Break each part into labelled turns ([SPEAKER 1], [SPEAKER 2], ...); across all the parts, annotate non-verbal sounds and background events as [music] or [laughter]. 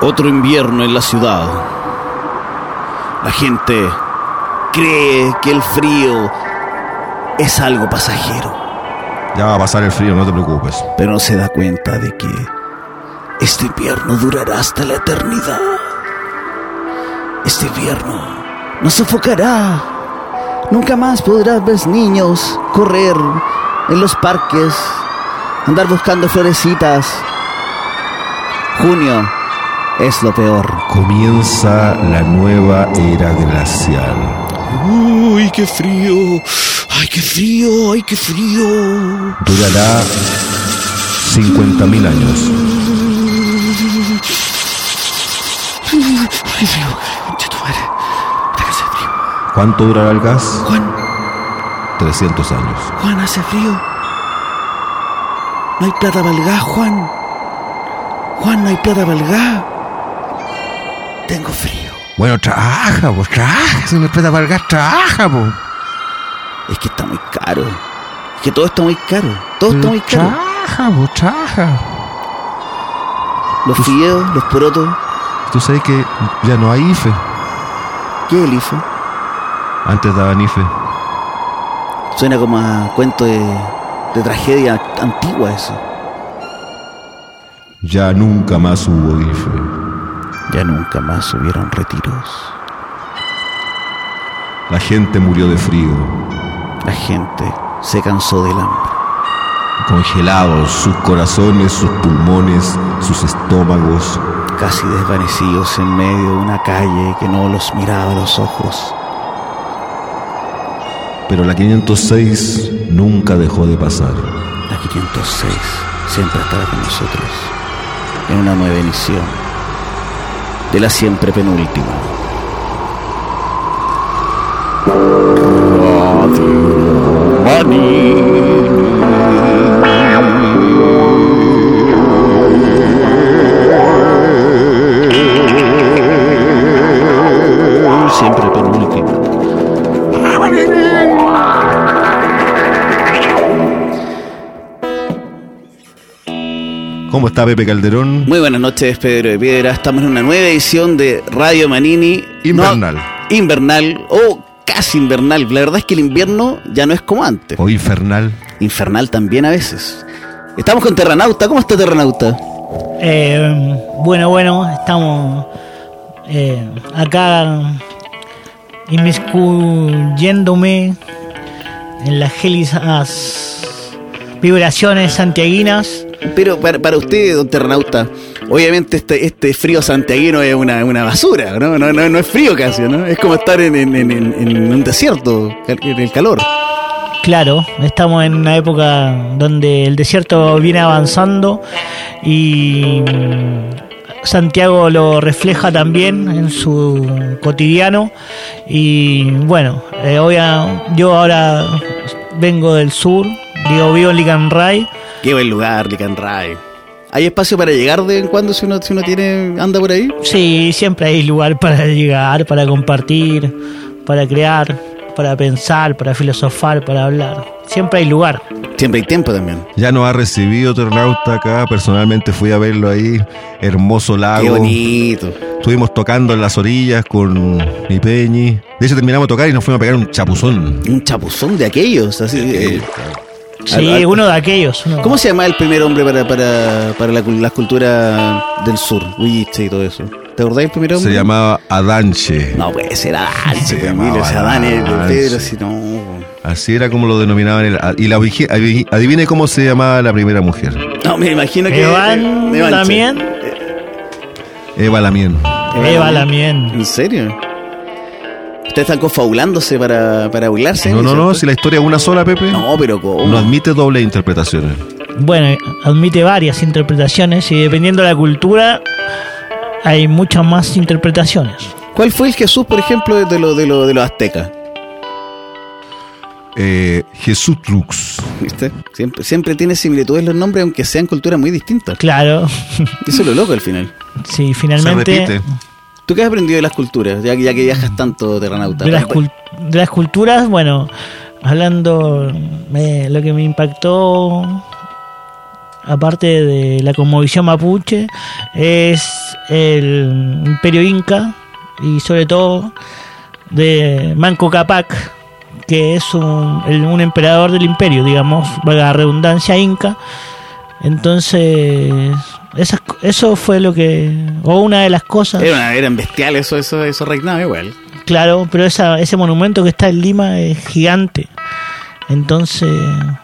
[SPEAKER 1] Otro invierno en la ciudad. La gente cree que el frío es algo pasajero,
[SPEAKER 2] Ya va a pasar el frío, no te preocupes.
[SPEAKER 1] pero no se da cuenta de que este invierno durará hasta la eternidad. Este invierno nos sofocará. Nunca más podrás ver niños correr en los parques, andar buscando florecitas. Junio es lo peor.
[SPEAKER 2] Comienza la nueva era glacial.
[SPEAKER 1] ¡Uy, qué frío! ¡Ay, qué frío! ¡Ay, qué frío!
[SPEAKER 2] Durará 50.000 años.
[SPEAKER 1] ¡Ay, frío! ¡Concha tu madre! Puta que hace frío!
[SPEAKER 2] ¿Cuánto durará el gas?
[SPEAKER 1] Juan,
[SPEAKER 2] 300 años.
[SPEAKER 1] Juan, hace frío. No hay plata para el gas, Juan. Juan, no hay plata para el gas. Tengo frío.
[SPEAKER 2] Bueno, trabaja, pues trabaja. Si no plata para el gas, trabaja, pues.
[SPEAKER 1] Es que está muy caro. Es que todo está muy caro. Todo está muy caro.
[SPEAKER 2] Trabaja, pues trabaja.
[SPEAKER 1] Los fideos, los porotos.
[SPEAKER 2] Tú sabes que ya no hay IFE.
[SPEAKER 1] ¿Qué es el IFE?
[SPEAKER 2] Antes daban IFE.
[SPEAKER 1] Suena como a cuento de, de tragedia antigua eso.
[SPEAKER 2] Ya nunca más hubo IFE.
[SPEAKER 1] Ya nunca más hubieron retiros.
[SPEAKER 2] La gente murió de frío.
[SPEAKER 1] La gente se cansó del hambre.
[SPEAKER 2] Congelados sus corazones, sus pulmones, sus estómagos.
[SPEAKER 1] casi desvanecidos en medio de una calle que no los miraba a los ojos.
[SPEAKER 2] Pero la 506 nunca dejó de pasar.
[SPEAKER 1] La 506 siempre estará con nosotros en una nueva emisión de la siempre penúltima. Siempre penúltima.
[SPEAKER 2] ¿Cómo está Pepe Calderón?
[SPEAKER 1] Muy buenas noches, Pedro de Piedra. Estamos en una nueva edición de Radio Manini.
[SPEAKER 2] Invernal.
[SPEAKER 1] No, invernal o casi invernal. La verdad es que el invierno ya no es como antes.
[SPEAKER 2] O infernal.
[SPEAKER 1] Infernal también a veces. Estamos con Terranauta. ¿Cómo está Terranauta?
[SPEAKER 3] Eh, bueno, bueno, estamos eh, acá inmiscuyéndome en las gélidas vibraciones santiaguinas.
[SPEAKER 1] Pero para, para usted, don Terranauta, obviamente este, este frío santiaguino es una, una basura, ¿no? No, no, no es frío casi, ¿no? Es como estar en, en- en- en- en un desierto, en el calor.
[SPEAKER 3] Claro, estamos en una época donde el desierto viene avanzando y mm, Santiago lo refleja también en su cotidiano y bueno, eh, obvia- yo ahora vengo del sur, digo vivo en Licanray,
[SPEAKER 1] Qué buen lugar, Licanray. ¿Hay espacio para llegar de vez en cuando si uno, si uno tiene, anda por ahí?
[SPEAKER 3] sí, siempre hay lugar [laughs] para llegar, para compartir, para crear, para pensar, para filosofar, para hablar, siempre hay lugar.
[SPEAKER 1] Siempre hay tiempo también.
[SPEAKER 2] Ya nos ha recibido Ternauta acá. Personalmente fui a verlo ahí. Hermoso
[SPEAKER 1] Qué
[SPEAKER 2] lago.
[SPEAKER 1] bonito.
[SPEAKER 2] Estuvimos tocando en las orillas con mi Peñi. De hecho, terminamos de tocar y nos fuimos a pegar un chapuzón.
[SPEAKER 1] Un chapuzón de aquellos. Así, eh,
[SPEAKER 3] Sí,
[SPEAKER 1] Al- al-
[SPEAKER 3] uno de aquellos. uno-
[SPEAKER 1] ¿Cómo se llama el primer hombre para, para, para la, cul- las culturas del sur? Huilliche y todo eso. ¿Te acordás del primer hombre?
[SPEAKER 2] Se llamaba Adanche.
[SPEAKER 1] No, pues era Adán.
[SPEAKER 2] Se
[SPEAKER 1] Se
[SPEAKER 2] llamaba
[SPEAKER 1] Adán, el
[SPEAKER 2] Adán,
[SPEAKER 1] Pedro,
[SPEAKER 2] sí.
[SPEAKER 1] si no.
[SPEAKER 2] Así era como lo denominaban. el- y la vigi- avi- adivine cómo se llamaba la primera mujer.
[SPEAKER 1] No, me imagino que. eh,
[SPEAKER 3] Eván
[SPEAKER 1] Evanche.
[SPEAKER 3] también.
[SPEAKER 2] Eva Lamien.
[SPEAKER 3] Eva Lamien.
[SPEAKER 1] ¿En serio? Ustedes están confabulándose para, para burlarse.
[SPEAKER 2] No, no, no. Si
[SPEAKER 1] ¿cierto?
[SPEAKER 2] la historia es una sola, Pepe.
[SPEAKER 1] No, pero ¿cómo?
[SPEAKER 2] No admite doble interpretaciones.
[SPEAKER 3] Bueno, admite varias interpretaciones y dependiendo de la cultura hay muchas más interpretaciones.
[SPEAKER 1] ¿Cuál fue el Jesús, por ejemplo, de, de lo, de, lo, de los aztecas?
[SPEAKER 2] Eh, Jesús Lux.
[SPEAKER 1] ¿Viste? Siempre, siempre tiene similitudes los nombres, aunque sean culturas muy distintas.
[SPEAKER 3] Claro, [laughs]
[SPEAKER 1] Eso es lo loco al final.
[SPEAKER 3] sí,
[SPEAKER 2] Se
[SPEAKER 3] finalmente
[SPEAKER 2] repite.
[SPEAKER 1] ¿Tú qué has aprendido de las culturas, ya, que- ya que viajas tanto, Terranauta?
[SPEAKER 3] de las, cul- de las culturas, bueno, hablando eh, lo que me impactó aparte de la conmovisión mapuche, es el imperio inca y sobre todo de Manco Capac, que es un, el- un emperador del imperio, digamos, valga la redundancia inca. Entonces, esas co- eso fue lo que, o una de las cosas,
[SPEAKER 1] Era una- eran bestiales eso, eso, eso reinaba igual.
[SPEAKER 3] claro, pero esa, ese monumento que está en Lima es gigante. Entonces,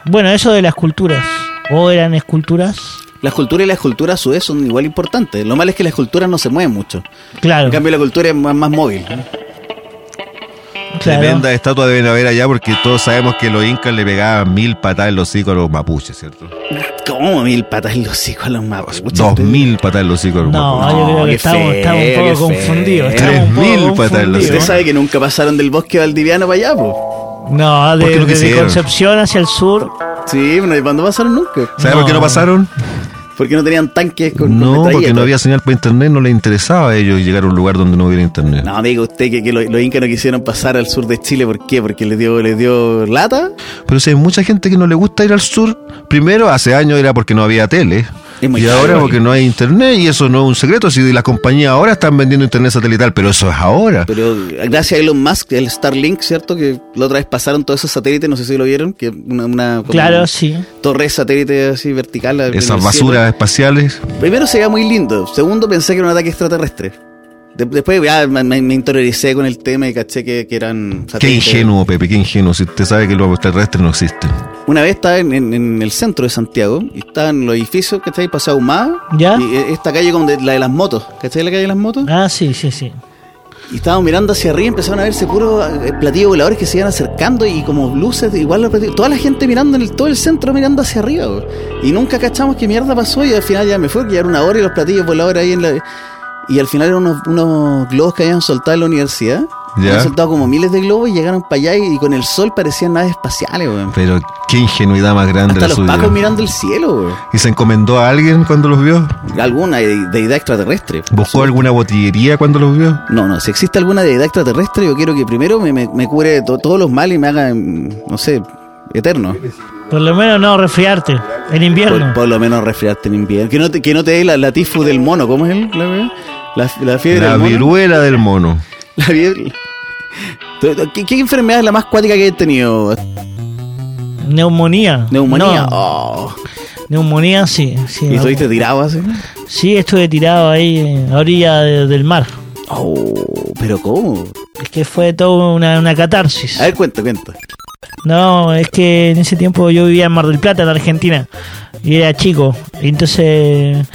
[SPEAKER 3] bueno, eso de las culturas, o eran esculturas,
[SPEAKER 1] La escultura y la escultura a su vez son igual importantes. Lo malo es que la escultura no se mueve mucho.
[SPEAKER 3] claro,
[SPEAKER 1] En cambio la cultura es más, más móvil. ¿no?
[SPEAKER 3] claro.
[SPEAKER 2] Tremenda estatua deben haber allá porque todos sabemos que los incas le pegaban mil patadas en los hocicos a los mapuches, ¿cierto?
[SPEAKER 1] ¿Cómo mil patas en los hocico a los mapas?
[SPEAKER 2] Dos mil patadas en los hocicos a los
[SPEAKER 3] No,
[SPEAKER 2] mapuches.
[SPEAKER 1] No,
[SPEAKER 3] yo creo que
[SPEAKER 1] qué
[SPEAKER 3] estamos,
[SPEAKER 1] feo,
[SPEAKER 3] estamos un
[SPEAKER 1] qué
[SPEAKER 3] poco
[SPEAKER 1] feo.
[SPEAKER 3] confundidos. Estamos un
[SPEAKER 2] Tres mil patas en los
[SPEAKER 3] poco
[SPEAKER 1] Usted
[SPEAKER 2] hocicos.
[SPEAKER 3] confundidos.
[SPEAKER 1] sabe que nunca pasaron del bosque valdiviano para allá, po.
[SPEAKER 3] No,
[SPEAKER 2] ¿Por qué
[SPEAKER 3] de,
[SPEAKER 2] no
[SPEAKER 3] de
[SPEAKER 2] quisieron?
[SPEAKER 3] Concepción hacia el sur.
[SPEAKER 1] Sí, bueno, ¿y cuándo pasaron nunca?
[SPEAKER 2] ¿Sabes por qué no
[SPEAKER 3] No.
[SPEAKER 2] pasaron?
[SPEAKER 1] Porque no tenían tanques con con
[SPEAKER 2] No, porque
[SPEAKER 1] metralletas.
[SPEAKER 2] no había señal para internet, no les interesaba a ellos llegar a un lugar donde no hubiera internet.
[SPEAKER 1] No, diga usted que, que los, los incas no quisieron pasar al sur de Chile, ¿por qué? ¿Porque les dio, les dio lata?
[SPEAKER 2] Pero si hay mucha gente que no le gusta ir al sur, primero hace años era porque no había tele.
[SPEAKER 1] Es muy
[SPEAKER 2] Y
[SPEAKER 1] caro,
[SPEAKER 2] ahora
[SPEAKER 1] igual.
[SPEAKER 2] porque no hay internet, y eso no es un secreto. Si las compañías ahora están vendiendo internet satelital, pero eso es ahora.
[SPEAKER 1] Pero gracias a Elon Musk, el Starlink, ¿cierto? Que la otra vez pasaron todos esos satélites, no sé si lo vieron, que una, una como
[SPEAKER 3] Claro, sí.
[SPEAKER 1] torre de satélite así vertical. en el
[SPEAKER 2] Esas
[SPEAKER 1] cielo.
[SPEAKER 2] basuras espaciales.
[SPEAKER 1] Primero se veía muy lindo, segundo pensé que era un ataque extraterrestre. De- después ya me, me- me interioricé con el tema y caché que, que eran
[SPEAKER 2] Qué
[SPEAKER 1] satélites.
[SPEAKER 2] ingenuo, Pepe, qué ingenuo. Si usted sabe que los extraterrestres no existen.
[SPEAKER 1] Una vez estaba en, en- en el centro de Santiago y estaban los edificios, ¿cachai? Pasado Humada.
[SPEAKER 3] ¿Ya?
[SPEAKER 1] Y eh, esta calle como de, la de las motos, ¿cachai? La calle de las motos.
[SPEAKER 3] Ah, sí, sí, sí.
[SPEAKER 1] Y estábamos mirando hacia arriba y empezaron a verse puros eh, platillos voladores que se iban acercando y como luces, de- igual los platillos- toda la gente mirando en el, todo el centro mirando hacia arriba. güey. Y nunca cachamos qué mierda pasó y al final ya me fue, que ya era una hora y los platillos voladores ahí en la... Y al final eran unos, unos globos que habían soltado en la universidad.
[SPEAKER 2] Ya.
[SPEAKER 1] Habían soltado como miles de globos y llegaron para allá y, y con el sol parecían naves espaciales, güey.
[SPEAKER 2] Pero qué ingenuidad más grande
[SPEAKER 1] Hasta
[SPEAKER 2] la
[SPEAKER 1] los
[SPEAKER 2] suya.
[SPEAKER 1] pacos mirando el cielo, güey.
[SPEAKER 2] ¿Y se encomendó a alguien cuando los vio?
[SPEAKER 1] Alguna de- deidad extraterrestre.
[SPEAKER 2] ¿Buscó alguna botillería cuando los vio?
[SPEAKER 1] No, no, si existe alguna deidad extraterrestre, yo quiero que primero me, me- me cure to- todos los males y me haga, mm, no sé, eterno.
[SPEAKER 3] Por lo menos no resfriarte en invierno.
[SPEAKER 1] Por, por lo menos resfriarte en invierno. Que no te, que no te dé la, la tifus del mono, ¿cómo es el? La, wea? la, la fiebre
[SPEAKER 2] La
[SPEAKER 1] del mono.
[SPEAKER 2] viruela del mono.
[SPEAKER 1] [laughs] La fiebre. Tú- tú- ¿Qué, qué enfermedad es la más cuática que he tenido?
[SPEAKER 3] Neumonía.
[SPEAKER 1] ¿Neumonía?
[SPEAKER 3] No,
[SPEAKER 1] Oh.
[SPEAKER 3] Neumonía, sí. sí,
[SPEAKER 1] ¿Y
[SPEAKER 3] me
[SPEAKER 1] estuviste tirado así?
[SPEAKER 3] acuerdo. Sí, estuve tirado ahí eh, a orilla de- del mar.
[SPEAKER 1] Oh, pero ¿cómo?
[SPEAKER 3] Es que fue toda una, una catarsis.
[SPEAKER 1] A ver, cuenta, cuenta.
[SPEAKER 3] No, es que en ese tiempo yo vivía en Mar del Plata, en Argentina, y era chico. Y entonces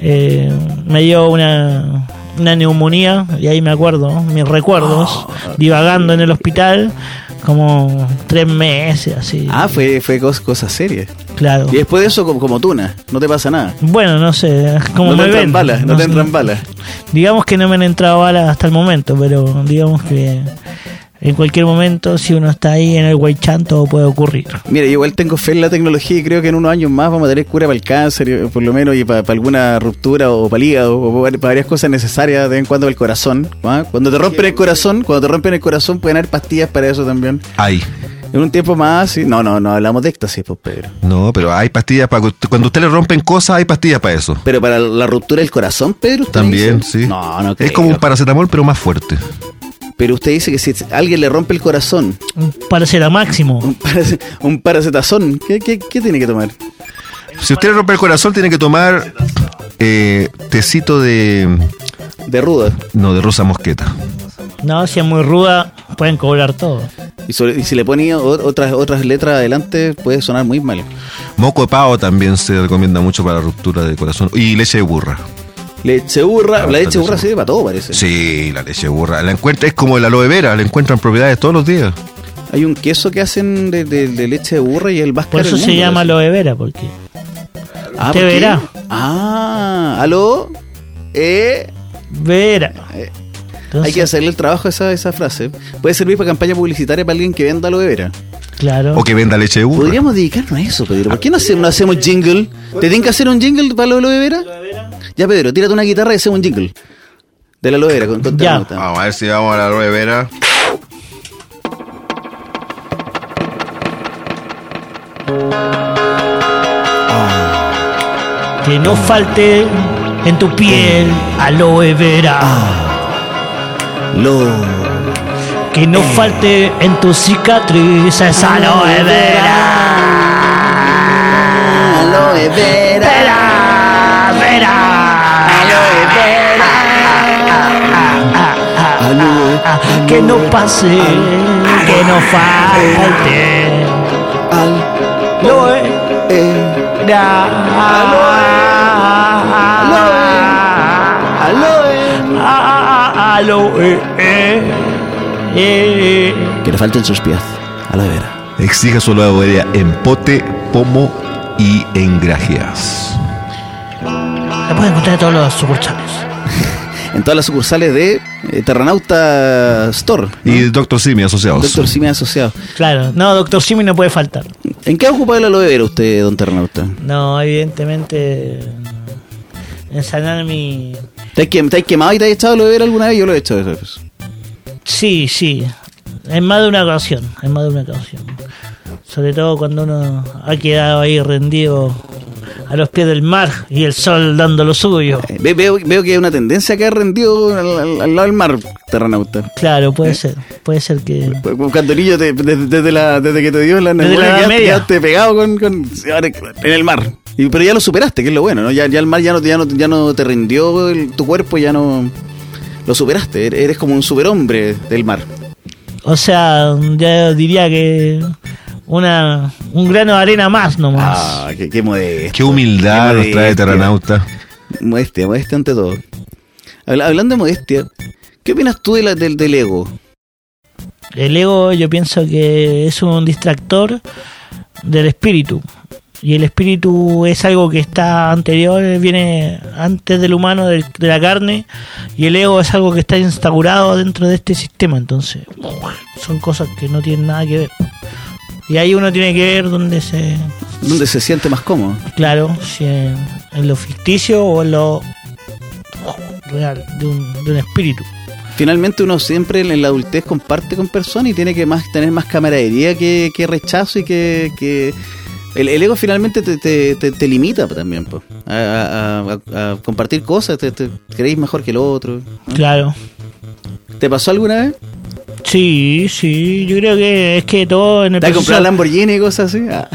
[SPEAKER 3] eh, me dio una, una neumonía, y ahí me acuerdo, ¿no? mis recuerdos,
[SPEAKER 1] Ah,
[SPEAKER 3] divagando en el hospital como tres meses, así.
[SPEAKER 1] Ah, fue, fue cos- cosa seria.
[SPEAKER 3] claro.
[SPEAKER 1] Y después de eso, como, como tuna, no te pasa nada.
[SPEAKER 3] Bueno, no sé, es como
[SPEAKER 1] no te
[SPEAKER 3] me
[SPEAKER 1] entran
[SPEAKER 3] ven.
[SPEAKER 1] balas, no te
[SPEAKER 3] sé.
[SPEAKER 1] entran balas.
[SPEAKER 3] Digamos que no me han entrado balas hasta el momento, pero digamos que en cualquier momento, si uno está ahí en el Huaychan, todo puede ocurrir.
[SPEAKER 1] Mira, yo igual tengo fe en la tecnología y creo que en unos años más vamos a tener cura para el cáncer, eh, por lo menos, y para, para alguna ruptura o para el hígado, o para varias cosas necesarias de vez en cuando para el corazón. ¿ah? Cuando te rompen el corazón, cuando te rompen el corazón pueden haber pastillas para eso también.
[SPEAKER 2] Hay.
[SPEAKER 1] En un tiempo más, sí. No, no, no hablamos de éxtasis, pues Pedro.
[SPEAKER 2] No, pero hay pastillas para... Cuando a usted le rompen cosas, hay pastillas para eso.
[SPEAKER 1] Pero para la ruptura del corazón, Pedro, usted
[SPEAKER 2] También,
[SPEAKER 1] dice-
[SPEAKER 2] sí.
[SPEAKER 1] No, no
[SPEAKER 2] Es
[SPEAKER 1] creo.
[SPEAKER 2] como un paracetamol, pero más fuerte.
[SPEAKER 1] Pero usted dice que si alguien le rompe el corazón,
[SPEAKER 3] Parece la máximo.
[SPEAKER 1] un, parace- un paracetasón, ¿qué, qué, qué tiene que tomar?
[SPEAKER 2] Si usted le rompe el corazón, tiene que tomar eh, tecito de...
[SPEAKER 1] De ruda.
[SPEAKER 2] No, de rosa mosqueta.
[SPEAKER 3] No, si es muy ruda, pueden cobrar todo.
[SPEAKER 1] Y, sobre- y si le ponía o- otras, otras letras adelante, puede sonar muy mal.
[SPEAKER 2] Moco de pavo también se recomienda mucho para ruptura de corazón. Y leche de burra.
[SPEAKER 1] Leche burra,
[SPEAKER 2] Ah,
[SPEAKER 1] la leche
[SPEAKER 2] bastante
[SPEAKER 1] burra
[SPEAKER 2] seguro.
[SPEAKER 1] sirve para todo, parece.
[SPEAKER 2] Sí, la leche de burra. La encuentra, es como el aloe vera, la encuentran propiedades todos los días.
[SPEAKER 1] Hay un queso que hacen de, de- de leche de burra y el vasco.
[SPEAKER 3] Por eso se llama aloe vera, porque
[SPEAKER 1] Ah,
[SPEAKER 3] Te
[SPEAKER 1] ¿por qué?
[SPEAKER 3] verá.
[SPEAKER 1] Ah, aló. Eh,
[SPEAKER 3] vera.
[SPEAKER 1] Eh, hay
[SPEAKER 3] Entonces,
[SPEAKER 1] que hacerle el trabajo a esa, esa frase. Puede servir para campaña publicitaria para alguien que venda aloe vera.
[SPEAKER 3] claro.
[SPEAKER 2] O que venda leche de burra.
[SPEAKER 1] Ah. Podríamos dedicarnos a eso, Pedro. ¿Por qué no hacemos, no hacemos jingle? ¿Te tienen que hacer un jingle para la aloe vera? Ya, Pedro, tírate una guitarra y hacemos un jingle. De la aloe vera, con, con
[SPEAKER 3] Ya.
[SPEAKER 1] terapeuta.
[SPEAKER 2] Vamos a ver si vamos a la aloe vera.
[SPEAKER 3] Que no falte en tu piel aloe vera.
[SPEAKER 1] Ah,
[SPEAKER 4] Lo.
[SPEAKER 3] Que no
[SPEAKER 1] eh.
[SPEAKER 3] falte en tus cicatrices aloe vera.
[SPEAKER 1] Aloe vera.
[SPEAKER 3] Vera, vera. Aloe
[SPEAKER 1] Ah,
[SPEAKER 3] vera.
[SPEAKER 4] Aloe.
[SPEAKER 3] Ah, Que no pase, que no falte.
[SPEAKER 4] Al.
[SPEAKER 3] Aloe
[SPEAKER 4] Eh.
[SPEAKER 3] vera.
[SPEAKER 1] Aloe.
[SPEAKER 3] Aloe. eh, eh.
[SPEAKER 4] Que le falten sus pies. Aloe vera.
[SPEAKER 2] Exija su aloe vera en pote, pomo y en grajeas.
[SPEAKER 3] La pueden encontrar en todos los sucursales.
[SPEAKER 1] En todas las sucursales de eh, Terranauta Store.
[SPEAKER 2] Y Doctor Simi asociados.
[SPEAKER 1] Ah. Doctor Simi asociado.
[SPEAKER 3] Claro, no, doctor Simi no puede faltar.
[SPEAKER 1] ¿En qué ha ocupado el aloe vera usted, don Terranauta?
[SPEAKER 3] No, evidentemente. En sanar mi.
[SPEAKER 1] ¿Te has quem- te has quemado y te has echado aloe vera alguna vez? Yo lo he hecho. eso, pues.
[SPEAKER 3] Sí, sí. En más de una ocasión. En más de una ocasión. Sobre todo cuando uno ha quedado ahí rendido a los pies del mar y el sol dando lo suyo.
[SPEAKER 1] Eh, ve- veo, veo que hay una tendencia que ha rendido al, al- al lado del mar, Terranauta.
[SPEAKER 3] Claro, puede ser. Puede ser que.
[SPEAKER 1] Pues, pues, Cuando niño, te- desde, desde la, desde que te dio la
[SPEAKER 3] Desde la Edad
[SPEAKER 1] quedaste,
[SPEAKER 3] Media.
[SPEAKER 1] quedaste pegado con, con- ahora en el mar. Y- pero ya lo superaste, que es lo bueno, ¿no? Ya, ya el mar ya no, ya no, ya no te rindió el- tu cuerpo, ya no... Lo superaste, er- eres como un superhombre del mar.
[SPEAKER 3] O sea, ya diría que. Una, un grano de arena más nomás.
[SPEAKER 1] Ah, qué, qué modesto.
[SPEAKER 2] Qué humildad
[SPEAKER 1] Qué
[SPEAKER 2] nos trae este
[SPEAKER 1] modestia.
[SPEAKER 2] Terranauta.
[SPEAKER 1] Modestia, modestia ante todo. Habla- hablando de modestia, ¿qué opinas tú de la, del, del ego?
[SPEAKER 3] El ego yo pienso que es un distractor del espíritu. Y el espíritu es algo que está anterior, viene antes del humano, del- de la carne. Y el ego es algo que está instaurado dentro de este sistema. Entonces, son cosas que no tienen nada que ver. Y ahí uno tiene que ver dónde se...
[SPEAKER 1] ¿Dónde se siente más cómodo?
[SPEAKER 3] Claro, si en, en lo ficticio o en lo real, de un, de un espíritu.
[SPEAKER 1] Finalmente uno siempre en la adultez comparte con personas y tiene que más tener más camaradería que, que rechazo y que... que- el, el ego finalmente te, te- te- te limita también po, a, a- a- a compartir cosas, te, te creéis mejor que el otro.
[SPEAKER 3] Claro.
[SPEAKER 1] ¿Te pasó alguna vez?
[SPEAKER 3] Sí, sí, yo creo que es que todo en el
[SPEAKER 1] ¿Te has comprado
[SPEAKER 3] proceso-
[SPEAKER 1] Lamborghini y cosas así? Ah,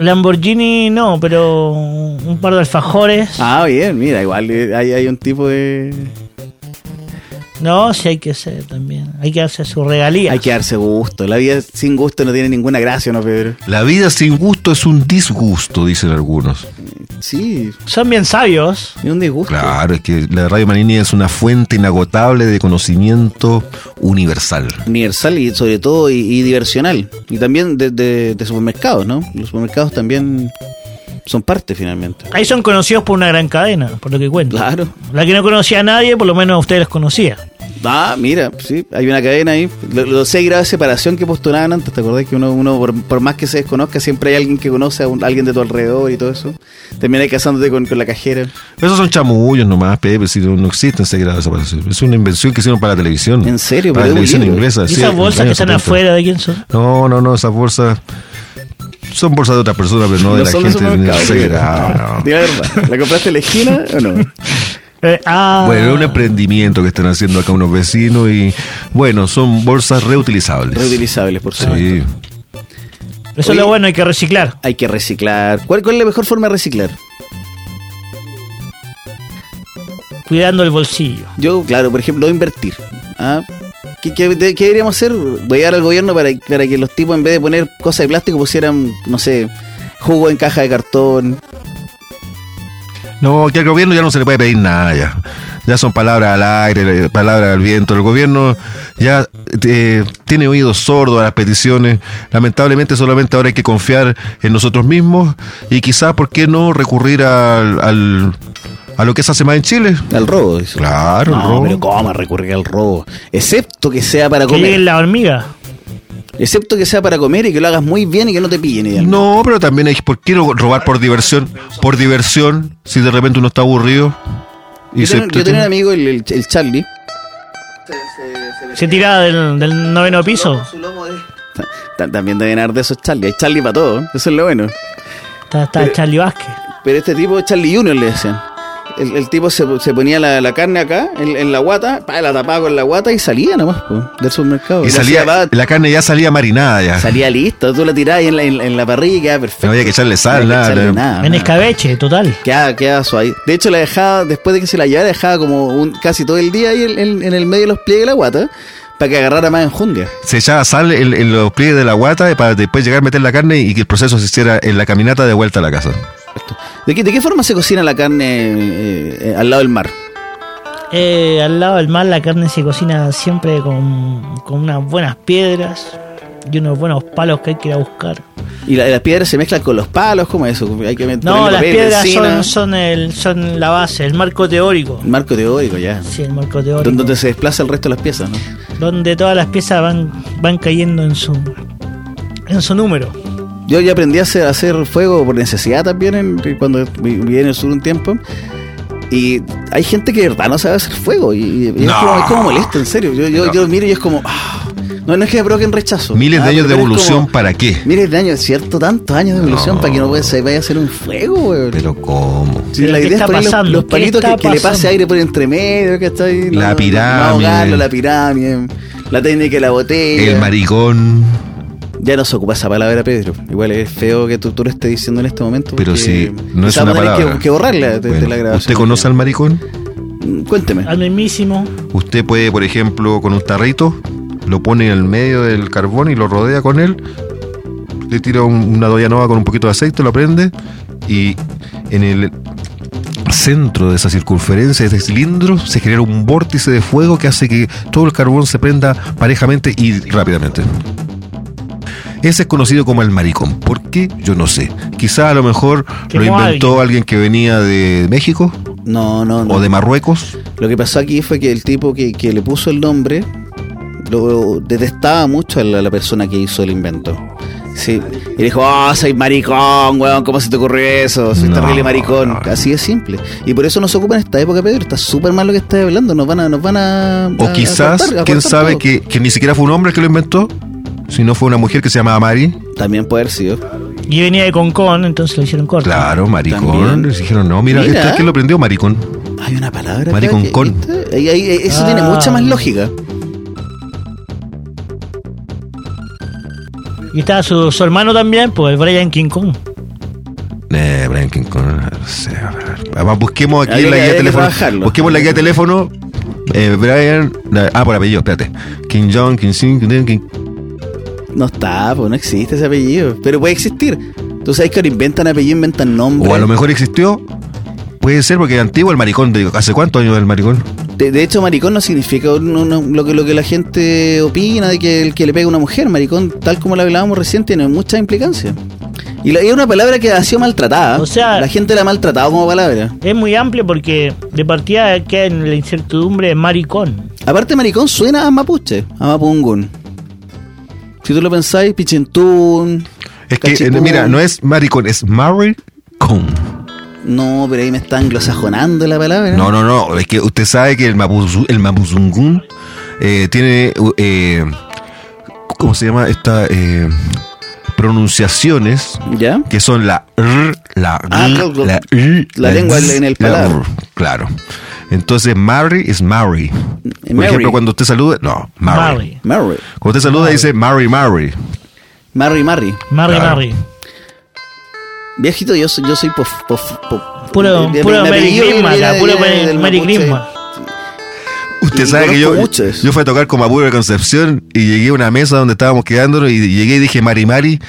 [SPEAKER 3] [laughs] Lamborghini no, pero un par de alfajores.
[SPEAKER 1] Ah, bien, mira, igual eh, hay, hay un tipo de...
[SPEAKER 3] No, sí hay que ser también. Hay que darse su regalía.
[SPEAKER 1] Hay que darse gusto. La vida sin gusto no tiene ninguna gracia, ¿no, Pedro?
[SPEAKER 2] La vida sin gusto es un disgusto, dicen algunos.
[SPEAKER 1] Sí,
[SPEAKER 3] Son bien sabios.
[SPEAKER 1] es un disgusto.
[SPEAKER 2] Claro, es que la Radio Manini es una fuente inagotable de conocimiento universal.
[SPEAKER 1] Universal y sobre todo y, y diversional. Y también de, de- de supermercados, ¿no? Los supermercados también son parte finalmente.
[SPEAKER 3] Ahí son conocidos por una gran cadena, por lo que cuento.
[SPEAKER 1] Claro.
[SPEAKER 3] La que no conocía a nadie, por lo menos a ustedes los conocía.
[SPEAKER 1] Ah, mira, sí, hay una cadena ahí. Lo- Los seis grados de separación que postulaban antes, ¿te acordás? Que uno, uno por, por más que se desconozca, siempre hay alguien que conoce a, un- alguien de tu alrededor y todo eso. Terminas casándote con, con la cajera.
[SPEAKER 2] Esos son chamullos nomás, Pepe, si no, no existen ese grado de separación. Es una invención que hicieron para la televisión.
[SPEAKER 1] ¿En serio?
[SPEAKER 2] Para la
[SPEAKER 1] Pero es un
[SPEAKER 2] televisión
[SPEAKER 1] libro.
[SPEAKER 2] inglesa.
[SPEAKER 3] ¿Y
[SPEAKER 2] sí,
[SPEAKER 3] esas
[SPEAKER 2] en
[SPEAKER 3] bolsas
[SPEAKER 2] los
[SPEAKER 3] que
[SPEAKER 2] años
[SPEAKER 3] están
[SPEAKER 2] 70.
[SPEAKER 3] afuera, ¿de quién son?
[SPEAKER 2] No, no, no, esas bolsas son bolsas de otras personas, pero no de
[SPEAKER 1] No
[SPEAKER 2] la
[SPEAKER 1] son de
[SPEAKER 2] gente. de
[SPEAKER 1] supermercado,
[SPEAKER 2] tercer
[SPEAKER 1] Pedro.
[SPEAKER 2] grado,
[SPEAKER 1] [laughs]
[SPEAKER 2] no.
[SPEAKER 1] Dime la verdad, ¿la compraste en la esquina o no?
[SPEAKER 2] [laughs]
[SPEAKER 3] Eh, ah,
[SPEAKER 2] Bueno, es un emprendimiento que están haciendo acá unos vecinos y bueno, son bolsas reutilizables.
[SPEAKER 1] Reutilizables, por supuesto.
[SPEAKER 2] Sí.
[SPEAKER 3] eso es
[SPEAKER 1] Oye.
[SPEAKER 3] lo bueno, hay que reciclar.
[SPEAKER 1] Hay que reciclar. ¿Cuál, ¿Cuál es la mejor forma de reciclar?
[SPEAKER 3] Cuidando el bolsillo.
[SPEAKER 1] Yo, claro, por ejemplo, invertir. ¿ah? ¿Qué, qué, de- qué deberíamos hacer? Voyar al gobierno para, para que los tipos, en vez de poner cosas de plástico, pusieran, no sé, jugo en caja de cartón.
[SPEAKER 2] No, que al gobierno ya no se le puede pedir nada ya. Ya son palabras al aire, eh, palabras al viento. El gobierno ya eh, tiene oídos sordos a las peticiones. Lamentablemente solamente ahora hay que confiar en nosotros mismos y quizás, ¿por qué no recurrir al, al- a lo que se hace más en Chile?
[SPEAKER 1] Al robo, dice.
[SPEAKER 2] Claro, el
[SPEAKER 1] No,
[SPEAKER 2] robo.
[SPEAKER 1] pero ¿cómo recurrir al robo? Excepto que sea para
[SPEAKER 3] Que llegue
[SPEAKER 1] comer.
[SPEAKER 3] la hormiga.
[SPEAKER 1] Excepto que sea para comer y que lo hagas muy bien y que no te pillen. idealmente.
[SPEAKER 2] No, pero también hay por qué no robar por diversión, por diversión, si de repente uno está aburrido.
[SPEAKER 1] Yo,
[SPEAKER 2] se-
[SPEAKER 1] tengo, yo tenía un amigo, el, el- el Charlie.
[SPEAKER 3] Se tiraba del, del noveno piso.
[SPEAKER 1] Ta- ta- También deben haber de esos Charlie. Hay Charlie para todo. Eso es lo bueno.
[SPEAKER 3] Está, está Charlie Vázquez.
[SPEAKER 1] Pero este tipo, Charlie Junior le decían. El, el tipo se, se ponía la, la carne acá, en, en la guata, pa, la tapaba con la guata y salía nomás po, del supermercado.
[SPEAKER 2] Y
[SPEAKER 1] la
[SPEAKER 2] salía,
[SPEAKER 1] hacía, pa,
[SPEAKER 2] la carne ya salía marinada ya.
[SPEAKER 1] salía lista, tú la tirabas ahí en la, en, en la parrilla y quedaba perfecto.
[SPEAKER 2] No había que echarle sal,
[SPEAKER 1] Ah, No había que
[SPEAKER 2] nada,
[SPEAKER 1] echarle
[SPEAKER 2] no.
[SPEAKER 1] nada,
[SPEAKER 3] En
[SPEAKER 1] nada.
[SPEAKER 3] escabeche, total.
[SPEAKER 1] Quedaba, quedaba suave. De hecho, la dejaba, después de que se la llevara, dejaba como un, casi todo el día ahí en, en- en el medio de los pliegues de la guata, para que agarrara más enjundia.
[SPEAKER 2] Se echaba sal en, en los pliegues de la guata eh, para después llegar a meter la carne y que el proceso se hiciera en la caminata de vuelta a la casa.
[SPEAKER 1] ¿De qué, de qué forma se cocina la carne eh, eh, al lado del mar?
[SPEAKER 3] Eh, al lado del mar la carne se cocina siempre con, con unas buenas piedras y unos buenos palos que hay que ir a buscar.
[SPEAKER 1] ¿Y la- las piedras se mezclan con los palos? ¿Cómo es eso? Hay que met-
[SPEAKER 3] No,
[SPEAKER 1] ponerle
[SPEAKER 3] las
[SPEAKER 1] papel,
[SPEAKER 3] piedras
[SPEAKER 1] encina,
[SPEAKER 3] son, son, el, son la base, el marco teórico.
[SPEAKER 1] Marco teórico ya.
[SPEAKER 3] Sí, el marco teórico.
[SPEAKER 1] Donde donde se desplaza el resto de las piezas, ¿no?
[SPEAKER 3] donde todas las piezas van, van cayendo en su en su número.
[SPEAKER 1] Yo ya aprendí a hacer, a hacer fuego por necesidad también en- cuando vi- viví en el sur un tiempo. Y hay gente que de verdad no sabe hacer fuego. Y, y es,
[SPEAKER 2] No.
[SPEAKER 1] como, es como molesto, en serio. Yo, yo, yo miro y es como. ah, no, no es que me provoquen rechazo.
[SPEAKER 2] Miles
[SPEAKER 1] Ah,
[SPEAKER 2] de años de
[SPEAKER 1] pero es
[SPEAKER 2] evolución,
[SPEAKER 1] como-
[SPEAKER 2] ¿para qué?
[SPEAKER 1] Miles de años, ¿cierto? Tantos años de evolución
[SPEAKER 2] No.
[SPEAKER 1] para que no pueda- se vaya a hacer un fuego, weón.
[SPEAKER 2] Pero cómo.
[SPEAKER 1] Sí,
[SPEAKER 3] Pero
[SPEAKER 1] la
[SPEAKER 3] ¿qué
[SPEAKER 1] idea es
[SPEAKER 3] está
[SPEAKER 1] poner los,
[SPEAKER 3] pasando?
[SPEAKER 1] los
[SPEAKER 3] ¿Qué
[SPEAKER 1] palitos que,
[SPEAKER 3] está
[SPEAKER 1] que le pase
[SPEAKER 3] pasando?
[SPEAKER 1] aire por entre medio, que está ahí.
[SPEAKER 2] La pirámide.
[SPEAKER 1] No ahogarlo, la pirámide. La técnica de la botella.
[SPEAKER 2] El maricón.
[SPEAKER 1] Ya no se ocupa esa palabra, Pedro. Igual es feo que tú, tú lo estés diciendo en este momento.
[SPEAKER 2] Pero
[SPEAKER 1] porque
[SPEAKER 2] si no es
[SPEAKER 1] quizá vamos a
[SPEAKER 2] una
[SPEAKER 1] tener
[SPEAKER 2] palabra.
[SPEAKER 1] Que, que borrarla de, de
[SPEAKER 2] Bueno,
[SPEAKER 1] la grabación.
[SPEAKER 2] ¿Usted conoce al maricón?
[SPEAKER 1] Mm, Cuénteme.
[SPEAKER 3] Al mismísimo.
[SPEAKER 2] Usted puede, por ejemplo, con un tarrito, lo pone en el medio del carbón y lo rodea con él, le tira un- una doya nova con un poquito de aceite, lo prende y en el centro de esa circunferencia, de ese cilindro, se genera un vórtice de fuego que hace que todo el carbón se prenda parejamente y rápidamente. Ese es conocido como el maricón. ¿Por qué? Yo no sé. Quizá a lo mejor lo
[SPEAKER 3] Quemó a
[SPEAKER 2] inventó alguien que venía de México
[SPEAKER 1] No, no, no.
[SPEAKER 2] o de Marruecos.
[SPEAKER 1] Lo que pasó aquí fue que el tipo que, que le puso el nombre lo detestaba mucho a la, la persona que hizo el invento. Sí. Y dijo, oh, soy maricón, weón, ¿cómo se te ocurrió eso? Soy
[SPEAKER 2] No.
[SPEAKER 1] terrible maricón. Así de simple. Y por eso nos ocupan esta época, Pedro. Está súper mal lo que estás hablando. Nos van a... Nos van a
[SPEAKER 2] O
[SPEAKER 1] a-
[SPEAKER 2] quizás,
[SPEAKER 1] a cortar- a
[SPEAKER 2] quién
[SPEAKER 1] cortar
[SPEAKER 2] sabe
[SPEAKER 1] todo.
[SPEAKER 2] que, que ni siquiera fue un hombre el que lo inventó, sino fue una mujer que se llamaba Mari.
[SPEAKER 1] También puede haber sido.
[SPEAKER 3] Y venía de Concón, entonces lo hicieron corto.
[SPEAKER 2] Claro, maricón.
[SPEAKER 1] También.
[SPEAKER 2] Les dijeron, no, mira,
[SPEAKER 1] Mira.
[SPEAKER 2] esto es que lo prendió maricón.
[SPEAKER 1] Hay una palabra. acá
[SPEAKER 2] Maricón
[SPEAKER 1] que-
[SPEAKER 2] con.
[SPEAKER 1] ¿viste? Ahí- ahí- eso
[SPEAKER 3] Ah.
[SPEAKER 1] tiene mucha más lógica.
[SPEAKER 3] Y estaba su, su hermano también, pues el Brian King Kong.
[SPEAKER 2] Eh, Brian King Kong, no sé, a ver. Además, busquemos
[SPEAKER 1] Habría
[SPEAKER 2] aquí en la
[SPEAKER 1] que-
[SPEAKER 2] guía de
[SPEAKER 1] habría que
[SPEAKER 2] teléfono.
[SPEAKER 1] trabajarlo.
[SPEAKER 2] Busquemos en la guía de teléfono. eh, Brian. Ah, por apellido, espérate. King John, King Sing, King Ding, King.
[SPEAKER 1] No está, pues no existe ese apellido. Pero puede existir. Tú sabes que ahora inventan apellido, inventan nombre.
[SPEAKER 2] O a lo mejor existió. Puede ser porque es antiguo el maricón. de- ¿Hace cuántos años el maricón?
[SPEAKER 1] De, de hecho, maricón no significa un- un- lo, que, lo que la gente opina de que el que le pega a una mujer. Maricón, tal como la hablábamos recién, tiene muchas implicancias. Y la- y es una palabra que ha sido maltratada.
[SPEAKER 3] O sea-
[SPEAKER 1] la gente la ha maltratado como palabra.
[SPEAKER 3] Es muy amplio porque de partida queda en la incertidumbre de maricón.
[SPEAKER 1] Aparte, maricón suena a mapuche, a mapungún. Si tú lo pensáis, pichentún.
[SPEAKER 2] Es que, eh,
[SPEAKER 1] cachipún.
[SPEAKER 2] mira, no es maricón, es maricón.
[SPEAKER 1] No, pero ahí me está anglosajonando la palabra.
[SPEAKER 2] No, no, no. Es que usted sabe que el, mapuzu, el mapuzungún eh, tiene. u- eh, ¿Cómo se llama? Esta. eh, pronunciaciones
[SPEAKER 1] ¿Ya?
[SPEAKER 2] que son la r, la r,
[SPEAKER 1] Ah, claro,
[SPEAKER 2] la r,
[SPEAKER 1] la lengua en el
[SPEAKER 2] la
[SPEAKER 1] paladar.
[SPEAKER 2] r, claro. Entonces, Mary es Mary. Por
[SPEAKER 1] Mary.
[SPEAKER 2] ejemplo, cuando usted saluda, no, Mary.
[SPEAKER 3] Mary.
[SPEAKER 1] Mary.
[SPEAKER 2] Cuando usted saluda, dice Mary, Mary.
[SPEAKER 1] Mary, Mary.
[SPEAKER 3] Marry,
[SPEAKER 2] Claro.
[SPEAKER 3] Marry.
[SPEAKER 1] Viejito, yo soy, yo soy pof, pof, pof.
[SPEAKER 3] Puro,
[SPEAKER 1] de- de-
[SPEAKER 3] puro
[SPEAKER 1] mi
[SPEAKER 3] Mary
[SPEAKER 1] apellido
[SPEAKER 3] Grisma,
[SPEAKER 1] viene-
[SPEAKER 3] acá, puro
[SPEAKER 1] viene
[SPEAKER 3] Mary-
[SPEAKER 1] del
[SPEAKER 3] Mary
[SPEAKER 1] mapuche.
[SPEAKER 3] Grisma.
[SPEAKER 2] Usted
[SPEAKER 1] Y
[SPEAKER 2] sabe que yo,
[SPEAKER 1] conozco mucho eso.
[SPEAKER 2] yo fui a tocar con Mapuro de Concepción y llegué a una mesa donde estábamos quedándonos y llegué y dije Mari Mari,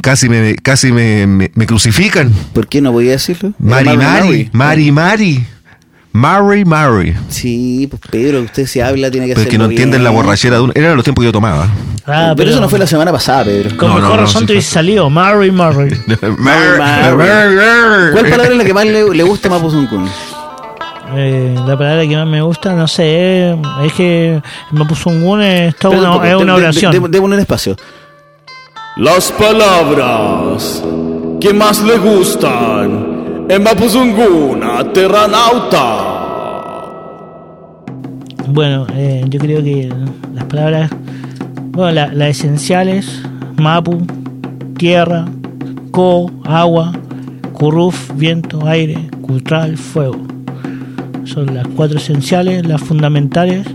[SPEAKER 2] casi me, casi me, me- me crucifican.
[SPEAKER 1] ¿Por qué no podía decirlo?
[SPEAKER 2] Mari
[SPEAKER 1] Era
[SPEAKER 2] Mari, Mari Mari, Mari Mari.
[SPEAKER 1] Sí, pues Pedro, usted si habla tiene que
[SPEAKER 2] Pero es
[SPEAKER 1] hacerlo
[SPEAKER 2] que no
[SPEAKER 1] bien.
[SPEAKER 2] entienden la borrachera de uno. Eran los tiempos que yo tomaba.
[SPEAKER 3] Ah,
[SPEAKER 1] pero, eso no fue la semana pasada, Pedro.
[SPEAKER 3] Con
[SPEAKER 2] No, no,
[SPEAKER 3] mejor
[SPEAKER 2] no,
[SPEAKER 3] razón
[SPEAKER 2] sí
[SPEAKER 3] te
[SPEAKER 2] fue.
[SPEAKER 3] hubiese salido.
[SPEAKER 2] [laughs]
[SPEAKER 3] Marry, Marry.
[SPEAKER 1] Mari. ¿Cuál palabra es la que más le, le gusta a Mapuzungun?
[SPEAKER 3] Eh, la palabra que más me gusta, no sé, es que me puso un gun, es toda
[SPEAKER 1] Perdón,
[SPEAKER 3] una,
[SPEAKER 1] porque
[SPEAKER 3] es una
[SPEAKER 1] de- de- de-
[SPEAKER 3] oración.
[SPEAKER 1] Debo un espacio. Las palabras que más le gustan en Mapuzunguna, Terranauta.
[SPEAKER 3] Bueno, eh, yo creo que las palabras, bueno, la- las esenciales, mapu, tierra, co, agua, Curruf, viento, aire, cultural, fuego. Son las cuatro esenciales, las fundamentales.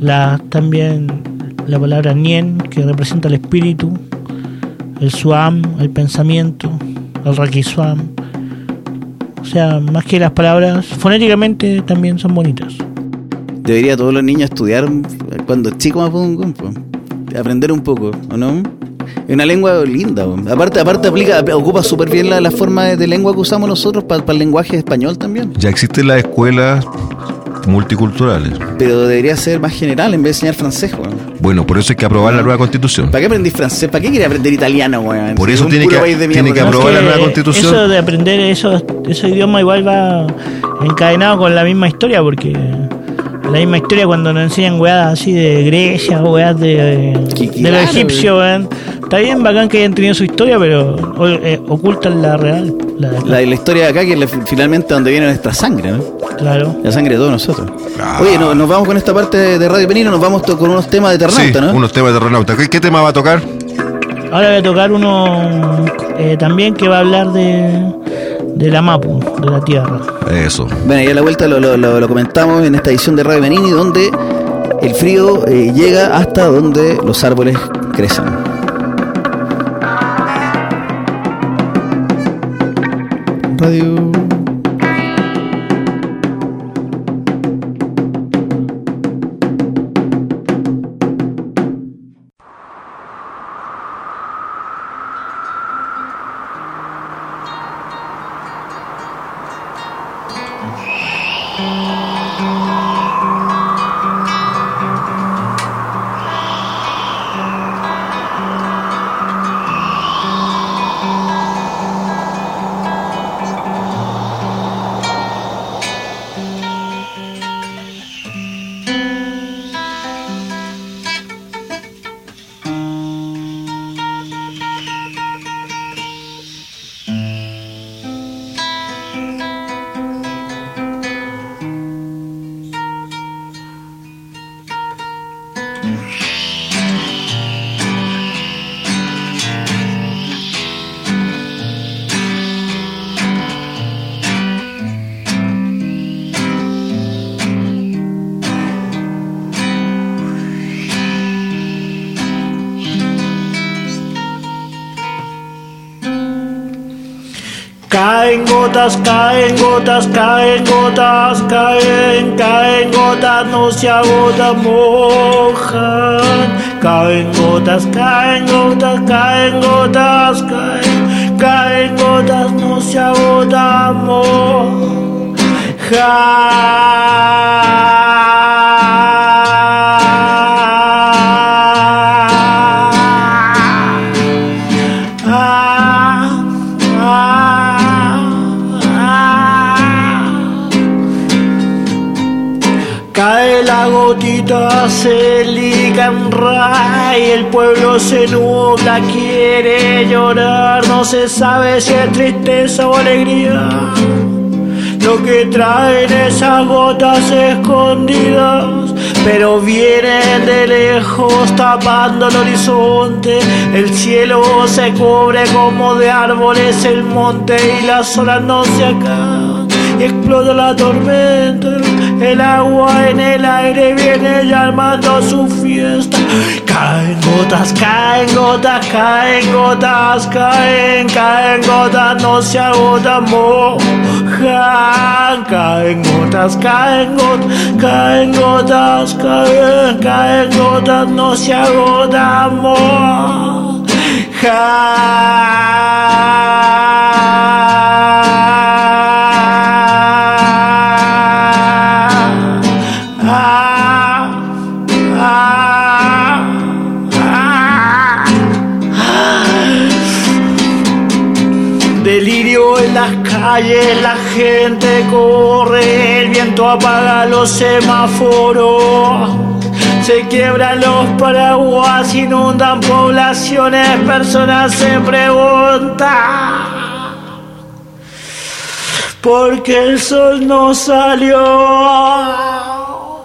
[SPEAKER 3] La, también la palabra Nien, que representa el espíritu. El Suam, el pensamiento. El Rakisuam. O sea, más que las palabras, fonéticamente también son bonitas.
[SPEAKER 1] Debería todos los niños estudiar cuando chicos mapudungun, po. aprender un poco, ¿o no? Es una lengua linda, po. aparte aparte aplica ocupa súper bien la, la forma de, de lengua que usamos nosotros para el lenguaje español también.
[SPEAKER 2] Ya existen las escuelas multiculturales.
[SPEAKER 1] Pero debería ser más general en vez de enseñar francés, weón.
[SPEAKER 2] Bueno, por eso hay que aprobar la nueva constitución.
[SPEAKER 1] ¿Para qué aprendís francés? ¿Para qué quería aprender italiano, weón?
[SPEAKER 2] Por
[SPEAKER 1] Si es
[SPEAKER 2] eso
[SPEAKER 1] un
[SPEAKER 2] tiene
[SPEAKER 1] puro
[SPEAKER 2] que-
[SPEAKER 1] país de
[SPEAKER 2] tiene
[SPEAKER 1] mierda.
[SPEAKER 2] que aprobar- Aprobó la
[SPEAKER 3] Es que
[SPEAKER 2] nueva constitución.
[SPEAKER 3] Eso de aprender esos, esos idiomas igual va encadenado con la misma historia, porque la misma historia cuando nos enseñan weadas así de Grecia, weadas de,
[SPEAKER 1] Qué
[SPEAKER 3] de los
[SPEAKER 1] raro,
[SPEAKER 3] egipcios, weón. Está bien bacán que hayan tenido su historia, pero o- eh, ocultan la real, la de acá,
[SPEAKER 1] La, la historia de acá que es la- finalmente donde viene nuestra sangre, ¿no?
[SPEAKER 3] claro.
[SPEAKER 1] La sangre de todos nosotros. Oye, no- nos vamos con esta parte de Radio Penino, nos vamos to- con unos temas de
[SPEAKER 2] Sí,
[SPEAKER 1] Ternauta, ¿no?
[SPEAKER 2] unos temas de Renauta. ¿Qué, qué tema va a tocar?
[SPEAKER 3] Ahora voy a tocar uno eh, también que va a hablar de, de la Mapu, de la Tierra.
[SPEAKER 2] Eso.
[SPEAKER 1] Bueno, y a la vuelta lo, lo- lo- lo comentamos en esta edición de Radio Benini, donde el frío eh, llega hasta donde los árboles crecen. Radio.
[SPEAKER 3] Caen gotas, caen gotas, caen gotas, caen, caen gotas, no se agotan, mojan. Caen gotas, caen gotas, caen gotas, caen, caen gotas, no se agotan, mojan. Ah, ah, ah. Cae la gotita, se liga en ra, y el pueblo se nubla, quiere llorar, no se sabe si es tristeza o alegría. Lo que traen esas gotas escondidas, pero vienen de lejos tapando el horizonte. El cielo se cubre como de árboles el monte y las olas no se acaban. Y explota la tormenta, el agua en el aire viene llamando a su fiesta. Caen gotas, caen gotas, caen gotas, caen, caen gotas, no se agotan, mojan. Caen gotas, caen gotas, caen gotas, caen, caen gotas, no se agotan, Delirio en las calles, la gente corre, el viento apaga los semáforos. Se quiebran los paraguas, inundan poblaciones, personas se preguntan. Porque el sol no salió.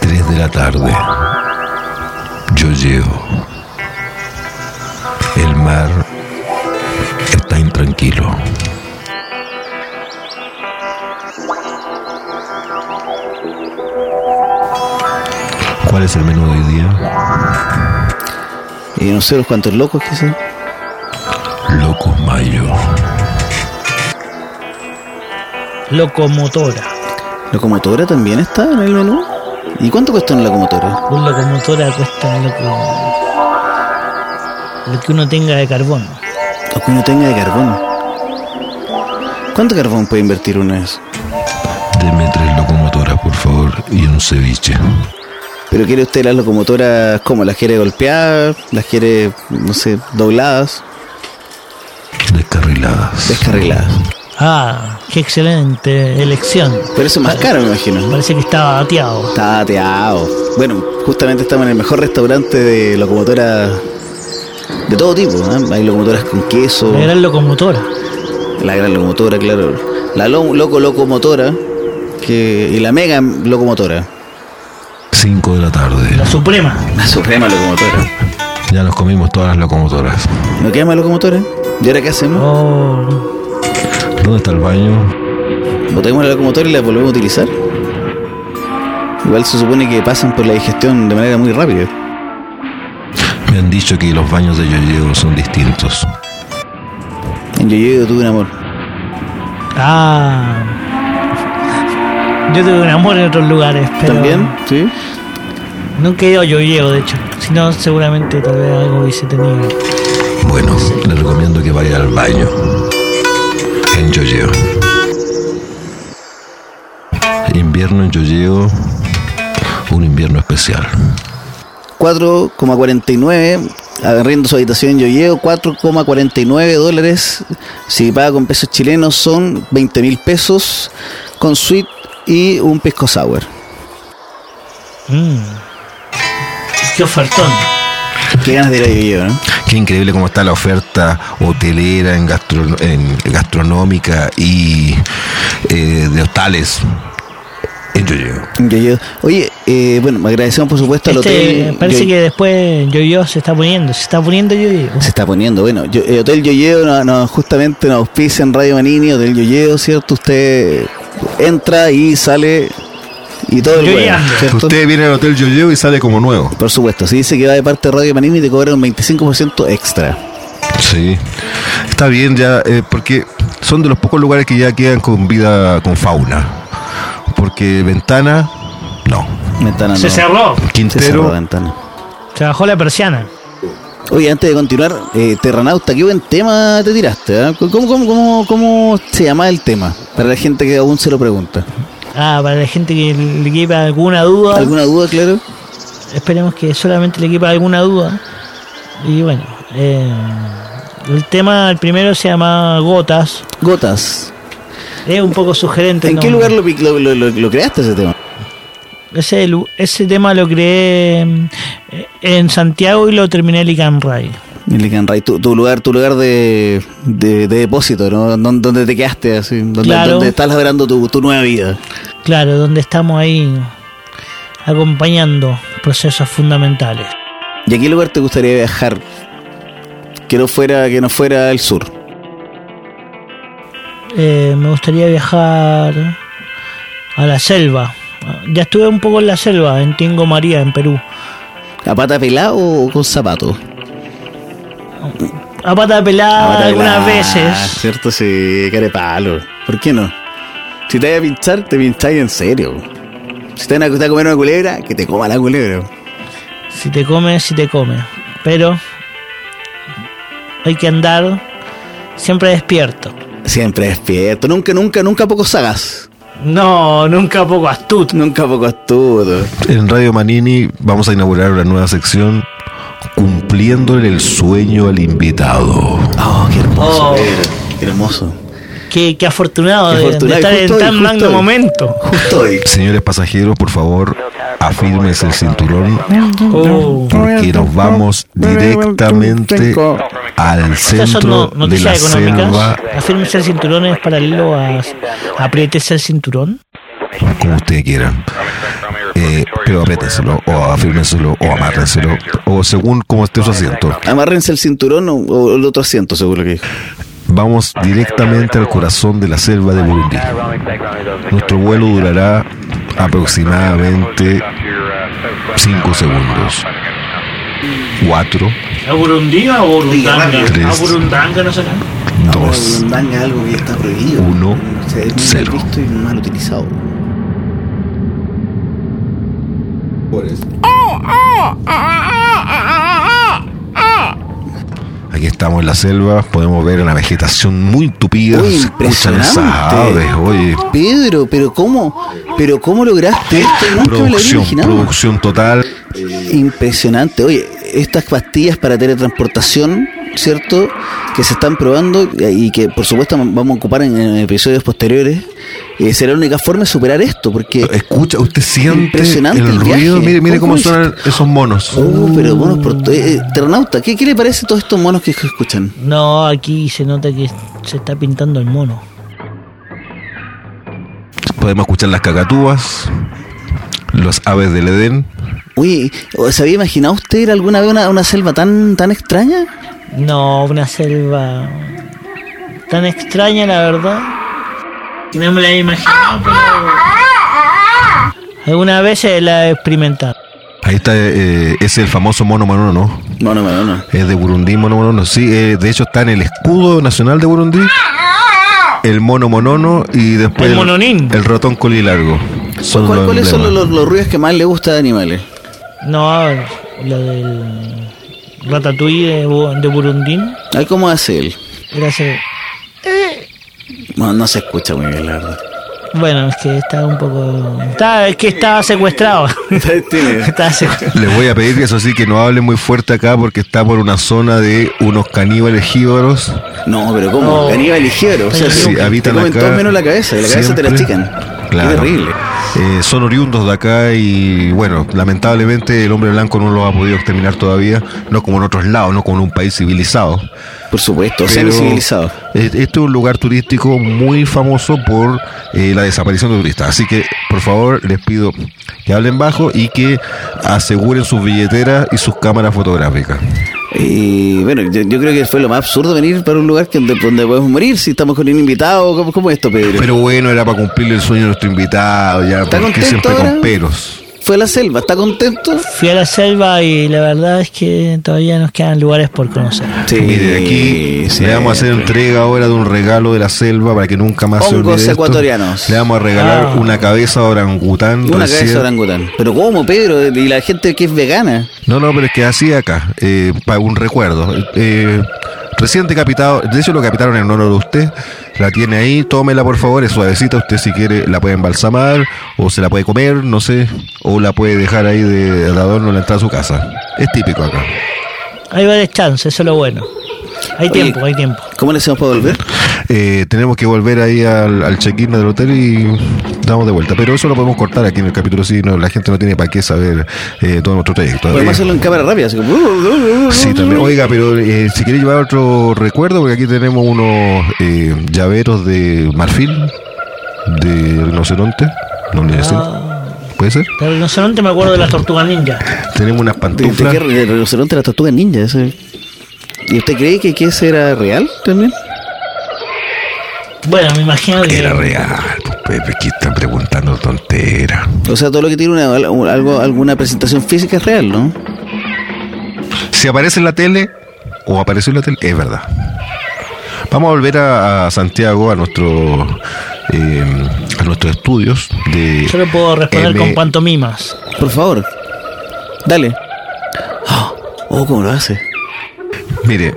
[SPEAKER 2] 3 de la tarde. Yo llego. El mar está intranquilo. ¿Cuál es el menú de hoy día?
[SPEAKER 1] Y no sé los cuantos locos que son.
[SPEAKER 2] Locos Mayo.
[SPEAKER 3] Locomotora.
[SPEAKER 1] ¿Locomotora también está en el menú? ¿Y cuánto cuesta una locomotora?
[SPEAKER 3] Un locomotora cuesta lo que, lo que uno tenga de carbón.
[SPEAKER 1] Lo que uno tenga de carbón. ¿Cuánto carbón puede invertir uno en eso?
[SPEAKER 2] Deme tres locomotoras, por favor, y un ceviche.
[SPEAKER 1] ¿Pero quiere usted las locomotoras como? ¿Las quiere golpeadas? ¿Las quiere, no sé, dobladas?
[SPEAKER 2] Descarriladas.
[SPEAKER 1] Descarriladas.
[SPEAKER 3] Ah, qué excelente elección.
[SPEAKER 1] Pero eso es más caro, me imagino.
[SPEAKER 3] Parece que estaba ateado.
[SPEAKER 1] Está ateado. Bueno, justamente estamos en el mejor restaurante de locomotoras de todo tipo. ¿eh? Hay locomotoras con queso.
[SPEAKER 3] La gran locomotora.
[SPEAKER 1] La gran locomotora, claro. La lo- loco locomotora que, y la mega locomotora.
[SPEAKER 2] 5 de la tarde.
[SPEAKER 3] La suprema.
[SPEAKER 1] La suprema locomotora.
[SPEAKER 2] Ya nos comimos todas las locomotoras.
[SPEAKER 1] ¿No queda más locomotora? ¿Y ahora qué hacemos?
[SPEAKER 3] Oh,
[SPEAKER 2] ¿Dónde está el baño?
[SPEAKER 1] ¿Botamos la locomotora y la volvemos a utilizar? Igual se supone que pasan por la digestión de manera muy rápida.
[SPEAKER 2] Me han dicho que los baños de Yoyeo son distintos.
[SPEAKER 1] En Yoyo tuve un amor.
[SPEAKER 3] ah. Yo tuve un amor en otros lugares, pero.
[SPEAKER 1] ¿También? Sí.
[SPEAKER 3] Nunca he ido a Yoyeo, de hecho. Si no, seguramente tal vez algo hubiese tenido.
[SPEAKER 2] Bueno, les recomiendo que vayan al baño. En Yoyeo. Invierno en Yoyeo. Un invierno especial.
[SPEAKER 1] 4,49 arriendo su habitación yo llevo 4,49 dólares si paga con pesos chilenos son 20 mil pesos con suite y un pisco sour
[SPEAKER 3] Mm. Qué ofertón.
[SPEAKER 1] qué ganas de ir a Yoyo ¿no?
[SPEAKER 2] Qué increíble cómo está la oferta hotelera, en, gastro- en gastronómica y eh, de hostales. En Yoyeo.
[SPEAKER 1] En Yoyo. oye eh, bueno agradecemos por supuesto al
[SPEAKER 3] Este,
[SPEAKER 1] hotel
[SPEAKER 3] parece
[SPEAKER 1] Yoyo-
[SPEAKER 3] que después Yoyeo se está poniendo. Se está poniendo Yoyeo.
[SPEAKER 1] se está poniendo bueno yo- el hotel Yoyo no, no, justamente nos auspicia en Radio Manini hotel Yoyo cierto usted entra y sale y todo el huevo,
[SPEAKER 3] Yoyeando.
[SPEAKER 1] ¿cierto?
[SPEAKER 2] Usted viene al Hotel Yoyeo y sale como nuevo.
[SPEAKER 1] Por supuesto, si dice que va de parte de Radio Manini te cobran un 25% extra.
[SPEAKER 2] Sí, está bien ya, eh, porque son de los pocos lugares que ya quedan con vida, con fauna. Porque Ventana, no.
[SPEAKER 1] Ventana
[SPEAKER 3] Se
[SPEAKER 1] Ah, no. Se cerró
[SPEAKER 3] cerró.
[SPEAKER 1] la
[SPEAKER 2] Quintero,
[SPEAKER 1] ventana.
[SPEAKER 3] Se bajó la persiana.
[SPEAKER 1] Oye, antes de continuar, eh, Terranauta, qué buen tema te tiraste. ¿eh? ¿Cómo, cómo, cómo, cómo se llama el tema? Para la gente que aún se lo pregunta.
[SPEAKER 3] Ah, para la gente que le quepa alguna duda,
[SPEAKER 1] ¿Alguna duda, claro?
[SPEAKER 3] esperemos que solamente le quepa alguna duda. Y bueno, eh, el tema, el primero se llama Gotas.
[SPEAKER 1] Gotas.
[SPEAKER 3] Es un poco sugerente.
[SPEAKER 1] ¿En
[SPEAKER 3] el
[SPEAKER 1] qué
[SPEAKER 3] nombre.
[SPEAKER 1] lugar lo, pi- lo- lo- lo- lo creaste ese tema?
[SPEAKER 3] Ese, lu- ese tema lo creé mm, en Santiago y lo terminé en Licanray.
[SPEAKER 1] En Licanray, tu, tu lugar, tu lugar de, de- de depósito, ¿no? Don- Donde te quedaste, así, donde,
[SPEAKER 3] Claro.
[SPEAKER 1] donde estás labrando tu, tu nueva vida.
[SPEAKER 3] Claro, donde estamos ahí acompañando procesos fundamentales.
[SPEAKER 1] ¿Y a qué lugar te gustaría viajar? Que no fuera, que no fuera el sur.
[SPEAKER 3] Eh, me gustaría viajar a la selva. Ya estuve un poco en la selva, en Tingo María, en Perú.
[SPEAKER 1] ¿A pata pelada o con zapatos?
[SPEAKER 3] A pata pelada Ah, algunas veces.
[SPEAKER 1] Cierto, sí, carepalo. ¿Por qué no? Si te vas a pinchar, te pincháis en serio. Si te van a gustar comer una culebra, que te coma la culebra.
[SPEAKER 3] Si te come, si te come. Pero hay que andar siempre despierto.
[SPEAKER 1] Siempre despierto, nunca, nunca, nunca poco sagaz.
[SPEAKER 3] No, nunca poco astuto.
[SPEAKER 1] Nunca poco astuto.
[SPEAKER 2] en Radio Manini vamos a inaugurar una nueva sección cumpliéndole el sueño al invitado.
[SPEAKER 1] Oh, qué hermoso,
[SPEAKER 3] Oh.
[SPEAKER 1] Pedro. Qué hermoso.
[SPEAKER 3] Qué, qué afortunado,
[SPEAKER 1] Qué
[SPEAKER 3] de-
[SPEAKER 1] afortunado, y
[SPEAKER 3] de, estar
[SPEAKER 1] justo
[SPEAKER 3] en
[SPEAKER 1] hoy,
[SPEAKER 3] tan
[SPEAKER 1] justo
[SPEAKER 3] magno
[SPEAKER 1] hoy.
[SPEAKER 3] momento.
[SPEAKER 1] Justo hoy.
[SPEAKER 2] Señores pasajeros, por favor, afírmense el cinturón
[SPEAKER 3] Oh.
[SPEAKER 2] porque nos vamos directamente al
[SPEAKER 3] Estas son
[SPEAKER 2] centro
[SPEAKER 3] no-
[SPEAKER 2] de la
[SPEAKER 3] noticias
[SPEAKER 2] selva,
[SPEAKER 3] económicas. Afírmese el cinturón es paralelo a. Apriétese el cinturón.
[SPEAKER 2] como ustedes quieran. Eh, pero apriétenselo, o afírmenselo, o amárrenselo, o según como esté su asiento.
[SPEAKER 1] Amárrense el cinturón o, o el otro asiento, seguro que dijo.
[SPEAKER 2] Vamos directamente al corazón de la selva de Burundi. Nuestro vuelo durará aproximadamente 5 segundos. 4,
[SPEAKER 3] ¿A Burundi o a Burundanga?
[SPEAKER 2] Tres.
[SPEAKER 3] A Burundanga no sé.
[SPEAKER 2] 2,
[SPEAKER 1] Burundanga es algo que ya está prohibido.
[SPEAKER 2] Uno,
[SPEAKER 1] No sé, es muy
[SPEAKER 2] cero.
[SPEAKER 1] Visto y mal utilizado.
[SPEAKER 2] Aquí estamos en la selva, podemos ver una vegetación muy tupida.
[SPEAKER 1] Uy,
[SPEAKER 2] se escuchan esas
[SPEAKER 1] impresionante. Ah,
[SPEAKER 2] aves, oye.
[SPEAKER 1] Pedro, pero cómo, pero cómo lograste esto, nunca me lo habría
[SPEAKER 2] Producción,
[SPEAKER 1] imaginado.
[SPEAKER 2] producción total.
[SPEAKER 1] Impresionante. Oye, estas pastillas para teletransportación, ¿cierto? Que se están probando y que por supuesto vamos a ocupar en, en episodios posteriores. eh, será la única forma de superar esto, porque...
[SPEAKER 2] Escucha, usted siente
[SPEAKER 1] Eh, Impresionante
[SPEAKER 2] el
[SPEAKER 1] el
[SPEAKER 2] ruido.
[SPEAKER 1] viaje.
[SPEAKER 2] Mire, mire
[SPEAKER 1] ¿Cómo
[SPEAKER 2] cómo suenan esos monos.
[SPEAKER 1] Oh, pero monos por... to- eh, eh, Eternauta, ¿qué, ¿qué le parece a todos estos monos que escuchan?
[SPEAKER 3] No, aquí se nota que se está pintando el mono.
[SPEAKER 2] Podemos escuchar las cacatúas, los aves del Edén.
[SPEAKER 1] Oye, ¿se había imaginado usted ir alguna vez a una, una selva tan, tan extraña?
[SPEAKER 3] No, una selva tan extraña, la verdad. que No me la he imaginado, pero alguna vez eh, la he experimentado.
[SPEAKER 2] Ahí está, eh, es el famoso mono mono, ¿no?
[SPEAKER 1] No, no, no, no.
[SPEAKER 2] Es de Burundi, mono monono. Sí, eh, de hecho está en el escudo nacional de Burundi. El mono monono y después
[SPEAKER 3] El mononín.
[SPEAKER 2] el rotón colilargo. Son
[SPEAKER 1] ¿Cuál-
[SPEAKER 2] los
[SPEAKER 1] ¿Cuáles son los,
[SPEAKER 2] emblemas.
[SPEAKER 1] los ruidos que más le gusta de animales?
[SPEAKER 3] No, lo del ratatouille de, Bu- de Burundín.
[SPEAKER 1] A ver cómo hace él.
[SPEAKER 3] Era ese-
[SPEAKER 1] No, no se escucha muy bien, la verdad.
[SPEAKER 3] Bueno, es que está un poco... Está, es que estaba secuestrado. [laughs] Estaba secuestrado.
[SPEAKER 2] Les voy a pedir que eso sí, que no hablen muy fuerte acá porque está por una zona de unos caníbales jíbaros.
[SPEAKER 1] No, pero ¿cómo?
[SPEAKER 3] No.
[SPEAKER 1] Caníbal ligero. O sea,
[SPEAKER 3] Sí,
[SPEAKER 1] te-
[SPEAKER 2] habitan
[SPEAKER 1] te comen
[SPEAKER 2] acá
[SPEAKER 1] todos menos la cabeza. y La cabeza te la
[SPEAKER 2] siempre.
[SPEAKER 1] chican.
[SPEAKER 2] Claro.
[SPEAKER 1] Qué terrible.
[SPEAKER 2] Eh, son oriundos de acá y bueno, lamentablemente el hombre blanco no lo ha podido exterminar todavía, no como en otros lados, no como en un país civilizado.
[SPEAKER 1] Por supuesto,
[SPEAKER 2] Pero,
[SPEAKER 1] sean civilizados.
[SPEAKER 2] eh, Este es un lugar turístico muy famoso por eh, la desaparición de turistas. Así que, por favor, les pido que hablen bajo y que aseguren sus billeteras y sus cámaras fotográficas.
[SPEAKER 1] Y bueno, yo, yo creo que fue lo más absurdo venir para un lugar que, donde, donde podemos morir si estamos con un invitado. ¿Cómo, cómo es esto, Pedro?
[SPEAKER 2] Pero bueno, era para cumplir el sueño de nuestro invitado, ya,
[SPEAKER 1] ¿Está
[SPEAKER 2] porque
[SPEAKER 1] contento
[SPEAKER 2] siempre con
[SPEAKER 1] ahora?
[SPEAKER 2] peros.
[SPEAKER 1] Fue a la selva. ¿Está contento?
[SPEAKER 3] Fui a la selva y la verdad es que todavía nos quedan lugares por conocer.
[SPEAKER 1] Sí.
[SPEAKER 2] Mire, aquí
[SPEAKER 1] sí.
[SPEAKER 2] le vamos a hacer entrega ahora de un regalo de la selva para que nunca más se
[SPEAKER 1] Hongos
[SPEAKER 2] olvide. esto.
[SPEAKER 1] ecuatorianos.
[SPEAKER 2] Le vamos a regalar
[SPEAKER 3] Ah.
[SPEAKER 2] una cabeza de orangután.
[SPEAKER 1] Una
[SPEAKER 2] recién.
[SPEAKER 1] cabeza de orangután. Pero ¿cómo, Pedro? Y la gente que es vegana.
[SPEAKER 2] No, no, pero es que así acá, eh, para un recuerdo. Eh, recién decapitado, de hecho lo capitaron en honor de usted. La tiene ahí, tómela por favor, es suavecita. Usted si quiere la puede embalsamar o se la puede comer, no sé. O la puede dejar ahí de, de adorno en la entrada de su casa. Es típico acá.
[SPEAKER 3] Hay varias chances, eso es lo bueno. Hay
[SPEAKER 1] Oye,
[SPEAKER 3] tiempo, hay tiempo.
[SPEAKER 1] ¿Cómo le hacemos para volver?
[SPEAKER 2] Eh, tenemos que volver ahí al, al check-in del hotel y damos de vuelta. Pero eso lo podemos cortar aquí en el capítulo. Si no, la gente no tiene para qué saber eh, todo nuestro trayecto.
[SPEAKER 1] Podemos
[SPEAKER 2] Eh,
[SPEAKER 1] hacerlo en cámara rápida. Así como... "Uh,
[SPEAKER 2] Sí, también. Oiga, pero eh, si quiere llevar otro recuerdo, porque aquí tenemos unos eh, llaveros de marfil, de rinoceronte, no le decir.
[SPEAKER 1] Ah.
[SPEAKER 2] ¿Puede ser?
[SPEAKER 3] Pero no sé, no te me acuerdo de las tortugas ninja.
[SPEAKER 2] Tenemos unas
[SPEAKER 1] ¿De, de
[SPEAKER 2] pantuflas.
[SPEAKER 1] qué? ¿Del rinoceronte de la tortuga ninja? ese. ¿Y usted cree que, que ese era real también?
[SPEAKER 3] Bueno, me imagino que.
[SPEAKER 2] Era real, pues, Pepe, que están preguntando tontera.
[SPEAKER 1] O sea, todo lo que tiene una, algo, alguna presentación física es real, ¿no?
[SPEAKER 2] Si aparece en la tele o apareció en la tele, es verdad. Vamos a volver a, a Santiago, a nuestro eh, a nuestros estudios de
[SPEAKER 3] Yo lo puedo responder
[SPEAKER 2] M-
[SPEAKER 3] con pantomimas.
[SPEAKER 1] Por favor, dale. Oh, oh, ¿cómo lo hace?
[SPEAKER 2] Mire,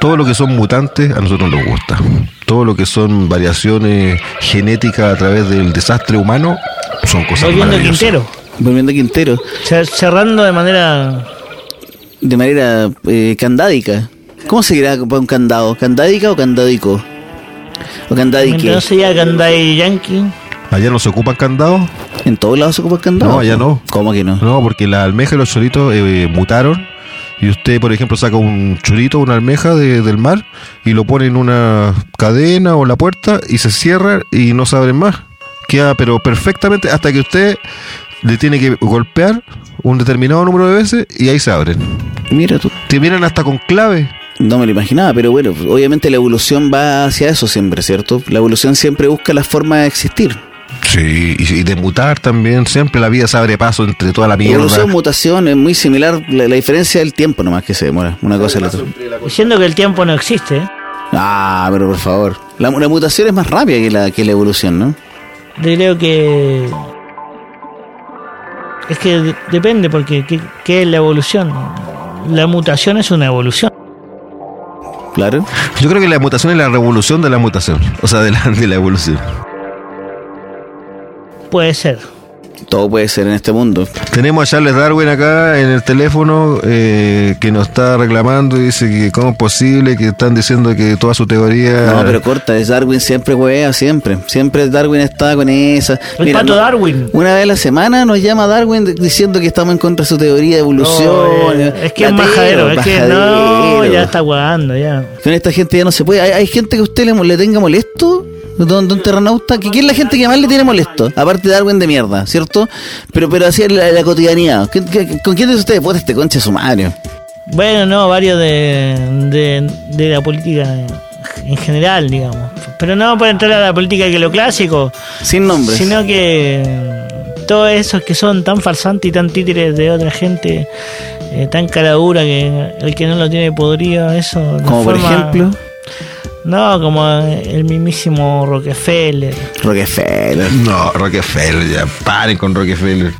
[SPEAKER 2] todo lo que son mutantes a nosotros nos gusta. Todo lo que son variaciones genéticas a través del desastre humano son cosas
[SPEAKER 3] Voy viendo el
[SPEAKER 2] maravillosas.
[SPEAKER 3] Quintero.
[SPEAKER 1] Volviendo a Quintero,
[SPEAKER 3] Cer- Cerrando de manera.
[SPEAKER 1] de manera eh, candádica. ¿Cómo se dirá para un candado? ¿Candádica o candádico? O candado y qué.
[SPEAKER 3] Entonces ya que andáis yankee,
[SPEAKER 2] ¿Allá no se ocupan candados?
[SPEAKER 1] En todos lados se ocupa el candado.
[SPEAKER 2] No, ya no.
[SPEAKER 1] ¿Cómo que no?
[SPEAKER 2] No, porque la almeja y los choritos eh, mutaron. Y usted, por ejemplo, saca un chorito, una almeja de- del mar y lo pone en una cadena o en la puerta y se cierra y no se abren más. Queda pero perfectamente hasta que usted le tiene que golpear un determinado número de veces y ahí se abren.
[SPEAKER 1] Mira tú.
[SPEAKER 2] Te miran hasta con clave.
[SPEAKER 1] No me lo imaginaba, pero bueno, obviamente la evolución va hacia eso siempre, ¿cierto? La evolución siempre busca la forma de existir.
[SPEAKER 2] Sí, y, y de mutar también. Siempre la vida se abre paso entre toda la mierda.
[SPEAKER 1] Evolución, mutación, es muy similar. La, la diferencia del tiempo nomás que se demora. Una cosa y la otra.
[SPEAKER 3] diciendo que el tiempo no existe, ¿eh?
[SPEAKER 1] Ah, pero por favor. La, la mutación es más rápida que la, que la evolución, ¿no?
[SPEAKER 3] Yo creo que. Es que de- depende, porque ¿qué, qué es la evolución? La mutación es una evolución.
[SPEAKER 1] Claro.
[SPEAKER 2] Yo creo que la mutación es la revolución de la mutación. O sea, de la, de la evolución.
[SPEAKER 3] Puede ser.
[SPEAKER 1] Todo puede ser en este mundo.
[SPEAKER 2] Tenemos a Charles Darwin acá en el teléfono eh, que nos está reclamando y dice que cómo es posible que están diciendo que toda su teoría...
[SPEAKER 1] No, pero corta, es Darwin siempre huevea, siempre. Siempre Darwin está con esa.
[SPEAKER 3] El
[SPEAKER 1] Mira,
[SPEAKER 3] pato
[SPEAKER 1] no-
[SPEAKER 3] Darwin.
[SPEAKER 1] Una vez a la semana nos llama Darwin de- diciendo que estamos en contra de su teoría de evolución.
[SPEAKER 3] No, eh, es que es
[SPEAKER 1] Latero,
[SPEAKER 3] majadero, es que no,
[SPEAKER 1] majadero.
[SPEAKER 3] ya está jugando, ya.
[SPEAKER 1] Con esta gente ya no se puede. Hay, hay gente que a usted le, mo- le tenga molesto, don, don Terranauta. que ¿Quién es la gente que más le tiene molesto? Aparte de Darwin de mierda, ¿cierto? Pero pero así es la, la cotidianidad. ¿Qué- qué- ¿Con quién de ustedes? Puta, este concha de su madre.
[SPEAKER 3] Bueno, no, varios de, de, de la política en general, digamos. Pero no para entrar a la política que lo clásico,
[SPEAKER 1] Sin nombres.
[SPEAKER 3] sino que todos esos que son tan farsantes y tan títeres de otra gente, eh, tan caradura que el que no lo tiene podrido, eso. de
[SPEAKER 1] Como por
[SPEAKER 3] forma-
[SPEAKER 1] ejemplo,
[SPEAKER 3] No, como el mismísimo Rockefeller.
[SPEAKER 1] Rockefeller.
[SPEAKER 2] No, Rockefeller, ya paren con Rockefeller.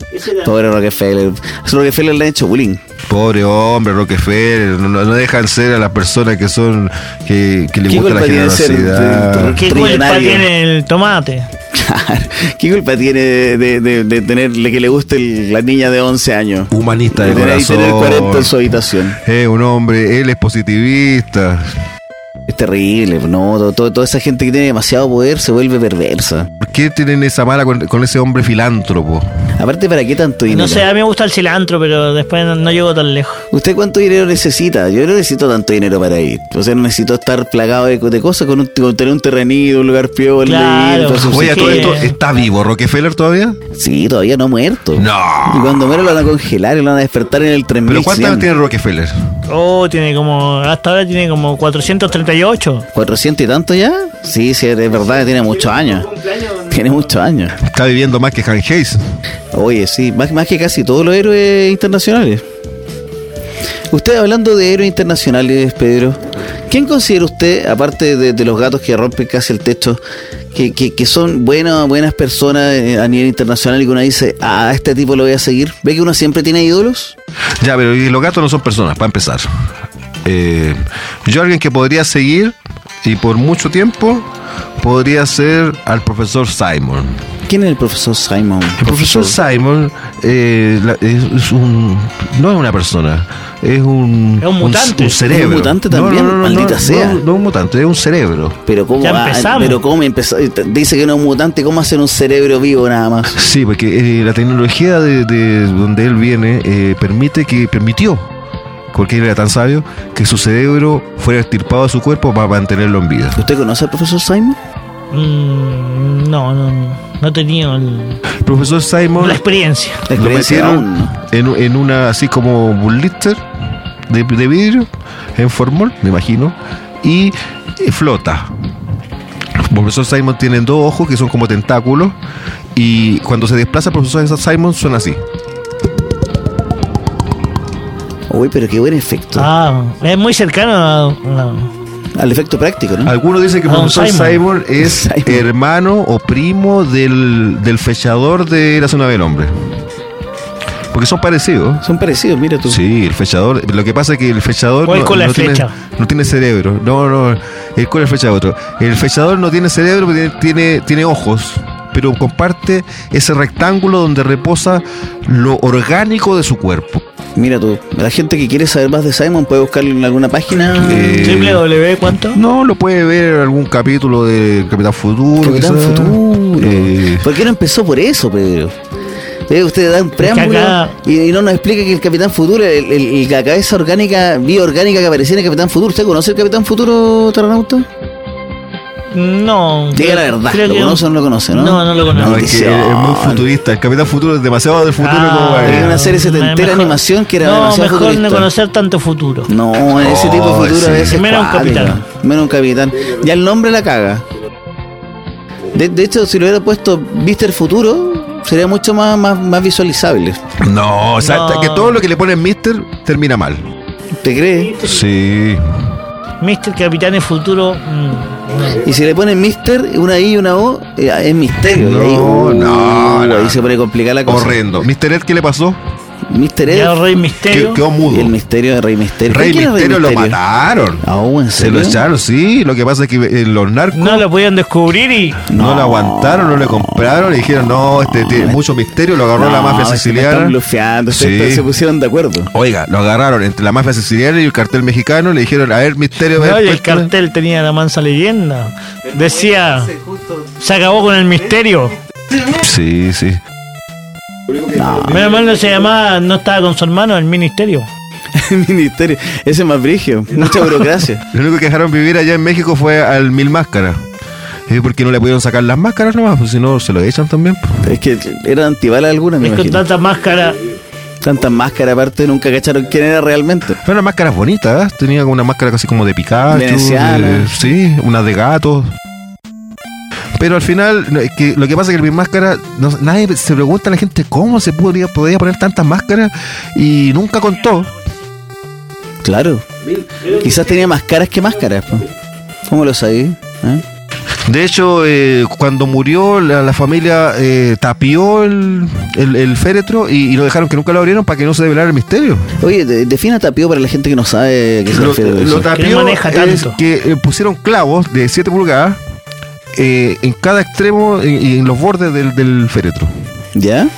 [SPEAKER 1] Pobre Rockefeller. A Rockefeller le han hecho bullying. [laughs]
[SPEAKER 2] Pobre hombre, Rockefeller, no, no- no dejan ser a las personas que son, que, que les
[SPEAKER 1] ¿Qué
[SPEAKER 2] gusta la
[SPEAKER 1] culpa tiene de ser
[SPEAKER 2] generosidad.
[SPEAKER 1] de-
[SPEAKER 3] ¿Qué culpa
[SPEAKER 1] Trillonario.
[SPEAKER 3] tiene el tomate?
[SPEAKER 1] Claro. ¿Qué culpa tiene de, de, de- de tenerle que le guste el- la niña de 11 años?
[SPEAKER 2] Humanista de
[SPEAKER 1] de tener, y tener 40 en su
[SPEAKER 2] corazón.
[SPEAKER 1] habitación.
[SPEAKER 2] Es un hombre, él es positivista.
[SPEAKER 1] Es terrible, no, todo, todo- toda esa gente que tiene demasiado poder se vuelve perversa.
[SPEAKER 2] ¿Por qué tienen esa mala con, con ese hombre filántropo?
[SPEAKER 1] Aparte, ¿para qué tanto dinero?
[SPEAKER 3] No sé, a mí me gusta el cilantro, pero después no, no llego tan lejos.
[SPEAKER 1] ¿Usted cuánto dinero necesita? Yo no necesito tanto dinero para ir. O sea, no necesito estar plagado de, de cosas con, un, con tener un terrenito, un lugar piola.
[SPEAKER 3] Claro. Ah,
[SPEAKER 1] ir para subsistir.
[SPEAKER 2] Oye, a todo
[SPEAKER 3] que-
[SPEAKER 2] esto, ¿está vivo Rockefeller todavía?
[SPEAKER 1] Sí, todavía no ha muerto.
[SPEAKER 2] No.
[SPEAKER 1] Y cuando muera lo van a congelar y lo van a despertar en el tren.
[SPEAKER 2] ¿Pero cuántos años tiene Rockefeller?
[SPEAKER 3] Oh, tiene como. Hasta ahora tiene como 438.
[SPEAKER 1] ¿400 y tanto ya? Sí, sí, es verdad que tiene muchos años. Tiene muchos años.
[SPEAKER 2] Está viviendo más que Han Hayes.
[SPEAKER 1] Oye, sí, más, más que casi todos los héroes internacionales. Usted hablando de héroes internacionales, Pedro, ¿quién considera usted, aparte de, de los gatos que rompen casi el techo, que, que- que son buenas, buenas personas eh, a nivel internacional y que uno dice, ah, a este tipo lo voy a seguir? ¿Ve que uno siempre tiene ídolos?
[SPEAKER 2] Ya, pero y los gatos no son personas, para empezar. Eh, yo alguien que podría seguir y por mucho tiempo podría ser al profesor Simon.
[SPEAKER 1] ¿Quién es el profesor Simon?
[SPEAKER 2] El profesor Simon eh, la- es, es un... no es una persona, es un...
[SPEAKER 3] Es un mutante.
[SPEAKER 2] Un cerebro.
[SPEAKER 1] ¿Es un mutante
[SPEAKER 2] No,
[SPEAKER 1] también?
[SPEAKER 2] no, no, no,
[SPEAKER 1] Maldita
[SPEAKER 2] no,
[SPEAKER 1] sea.
[SPEAKER 2] No, no es un mutante, es un cerebro.
[SPEAKER 1] Pero cómo,
[SPEAKER 3] Ya
[SPEAKER 1] va-
[SPEAKER 3] empezamos.
[SPEAKER 1] pero cómo empezó, eh, dice que no es un mutante, ¿cómo hacer un cerebro vivo nada más?
[SPEAKER 2] Sí, porque eh, la tecnología de, de donde él viene eh, permite que permitió, porque él era tan sabio, que su cerebro fuera extirpado de su cuerpo para mantenerlo en vida.
[SPEAKER 1] ¿Usted conoce al profesor Simon?
[SPEAKER 3] Mm, no, no, no he tenido el-
[SPEAKER 2] El profesor Simon
[SPEAKER 3] la experiencia.
[SPEAKER 1] La
[SPEAKER 2] lo
[SPEAKER 1] experiencia aún
[SPEAKER 2] metieron
[SPEAKER 1] no.
[SPEAKER 2] en, en una así como un blister de, de vidrio, en formol, me imagino, y eh, flota. El profesor Simon tiene dos ojos que son como tentáculos y cuando se desplaza el profesor Simon suena así.
[SPEAKER 1] Uy, pero qué buen efecto.
[SPEAKER 3] Ah, es muy cercano a. a-
[SPEAKER 1] Al efecto práctico, ¿no?
[SPEAKER 2] Algunos dicen que
[SPEAKER 3] Don
[SPEAKER 2] profesor Simon,
[SPEAKER 3] Simon.
[SPEAKER 2] es
[SPEAKER 1] [laughs] Simon.
[SPEAKER 2] hermano o primo del, del fechador de la zona del hombre. Porque son parecidos.
[SPEAKER 1] Son parecidos, mira tú.
[SPEAKER 2] Sí, el fechador. Lo que pasa es que el fechador
[SPEAKER 3] ¿Cuál con la
[SPEAKER 2] tiene,
[SPEAKER 3] flecha?
[SPEAKER 2] no tiene cerebro. No, no. El con la flecha es otro. El fechador no tiene cerebro, pero tiene, tiene, tiene ojos. Pero comparte ese rectángulo donde reposa lo orgánico de su cuerpo.
[SPEAKER 1] Mira tú, la gente que quiere saber más de Simon puede buscarlo en alguna página.
[SPEAKER 2] Eh,
[SPEAKER 3] ¿W cuánto?
[SPEAKER 2] No, lo puede ver en algún capítulo de Capitán Futuro.
[SPEAKER 1] Capitán
[SPEAKER 2] quizá.
[SPEAKER 1] Futuro.
[SPEAKER 2] Eh,
[SPEAKER 1] ¿Por qué no empezó por eso, Pedro? Eh, Usted da un preámbulo
[SPEAKER 3] acá-
[SPEAKER 1] y, y no nos explica que el Capitán Futuro, el, el- el- la cabeza orgánica, bioorgánica que aparecía en el Capitán Futuro. ¿Usted conoce el Capitán Futuro, Terranauta?
[SPEAKER 3] No.
[SPEAKER 1] Diga la
[SPEAKER 3] creo-
[SPEAKER 1] verdad,
[SPEAKER 3] creo
[SPEAKER 1] ¿lo
[SPEAKER 3] que-
[SPEAKER 1] conoce o no lo conoce, no?
[SPEAKER 3] No, no lo conozco.
[SPEAKER 2] no, es que es muy futurista. El Capitán Futuro es demasiado del futuro.
[SPEAKER 3] Ah,
[SPEAKER 2] como,
[SPEAKER 1] Era
[SPEAKER 2] eh,
[SPEAKER 1] una serie setentera
[SPEAKER 3] mejor-
[SPEAKER 1] animación que era
[SPEAKER 3] No,
[SPEAKER 1] demasiado
[SPEAKER 3] mejor
[SPEAKER 1] futurista.
[SPEAKER 3] no conocer tanto futuro.
[SPEAKER 1] No, en ese
[SPEAKER 2] Oh,
[SPEAKER 1] tipo de futuro
[SPEAKER 2] sí.
[SPEAKER 1] a veces.
[SPEAKER 3] Menos un
[SPEAKER 1] cuático.
[SPEAKER 3] capitán.
[SPEAKER 1] Menos un capitán. Ya el nombre la caga. De, de hecho, si lo hubiera puesto Mister Futuro, sería mucho más, más, más visualizable.
[SPEAKER 2] no, o sea,
[SPEAKER 3] No.
[SPEAKER 2] que todo lo que le ponen Mister termina mal.
[SPEAKER 1] ¿Te crees?
[SPEAKER 2] Sí.
[SPEAKER 3] Mister Capitán de Futuro. mm, no.
[SPEAKER 1] Y si le ponen Mister, una I y una O, eh, es misterio. Y ahí, uh,
[SPEAKER 2] No, no, no.
[SPEAKER 1] Ahí se puede complicar la cosa.
[SPEAKER 2] Horrendo. ¿Mister Ed qué le pasó?
[SPEAKER 1] Mister Ed,
[SPEAKER 3] Ya Rey
[SPEAKER 2] Que-
[SPEAKER 3] Misterio.
[SPEAKER 2] Quedó
[SPEAKER 1] el
[SPEAKER 2] mudo.
[SPEAKER 1] misterio de Rey Misterio.
[SPEAKER 2] Rey
[SPEAKER 1] ¿Quién era
[SPEAKER 2] Misterio lo mataron.
[SPEAKER 1] Ah, oh, ¿en
[SPEAKER 2] Se lo
[SPEAKER 1] serio?
[SPEAKER 2] echaron, sí. Lo que pasa es que eh, los narcos
[SPEAKER 3] No lo pudieron descubrir y.
[SPEAKER 2] no, lo aguantaron, no le compraron. Le dijeron, no, este tiene mucho misterio. Lo agarró la mafia
[SPEAKER 1] se me Están
[SPEAKER 2] siciliana.
[SPEAKER 1] blufeando,
[SPEAKER 2] Sí.
[SPEAKER 1] ustedes se pusieron de acuerdo. [laughs]
[SPEAKER 2] Oiga, lo agarraron entre la mafia siciliana y el cartel mexicano. Le dijeron, a ver, misterio. a ver,
[SPEAKER 3] No, y el
[SPEAKER 2] pues,
[SPEAKER 3] cartel tenía la mansa leyenda. Decía. Se acabó con el misterio.
[SPEAKER 2] Sí, sí.
[SPEAKER 3] Menos mal no se llamaba, no estaba con su hermano el ministerio.
[SPEAKER 1] El ministerio. Ese es más brigio. Mucha burocracia.
[SPEAKER 2] Lo único que dejaron vivir allá en México fue al Mil Máscaras. Eh, porque no le pudieron sacar las máscaras nomás, pues si no se lo echan también. pues.
[SPEAKER 1] Es que eran antibalas algunas, me
[SPEAKER 3] Es con
[SPEAKER 1] imagino.
[SPEAKER 3] tanta máscara.
[SPEAKER 1] Tantas máscaras aparte, nunca cacharon quién era realmente.
[SPEAKER 2] Pero eran máscaras bonitas, ¿eh? tenía una máscara casi como de Pikachu.
[SPEAKER 1] Veneciana.
[SPEAKER 2] de- sí, una de gato. Pero al final, no, es que lo que pasa es que el Mil Máscara, no- nadie se pregunta a la gente cómo se podía, podía poner tantas máscaras y nunca contó.
[SPEAKER 1] Claro. Quizás tenía más caras que máscaras. po. ¿Cómo lo sabí? ¿Eh?
[SPEAKER 2] De hecho, eh, cuando murió, la, la familia eh, tapió el, el- el féretro y, y lo dejaron que nunca lo abrieron para que no se develara el misterio.
[SPEAKER 1] Oye, de- defina tapío para la gente que no sabe que se
[SPEAKER 2] lo,
[SPEAKER 1] refiere a
[SPEAKER 2] lo
[SPEAKER 1] eso.
[SPEAKER 3] Que no
[SPEAKER 2] tapió
[SPEAKER 3] maneja
[SPEAKER 2] es
[SPEAKER 3] tanto.
[SPEAKER 2] que eh, pusieron clavos de 7 pulgadas eh, en cada extremo y y en, los bordes del, del féretro.
[SPEAKER 1] ¿Ya?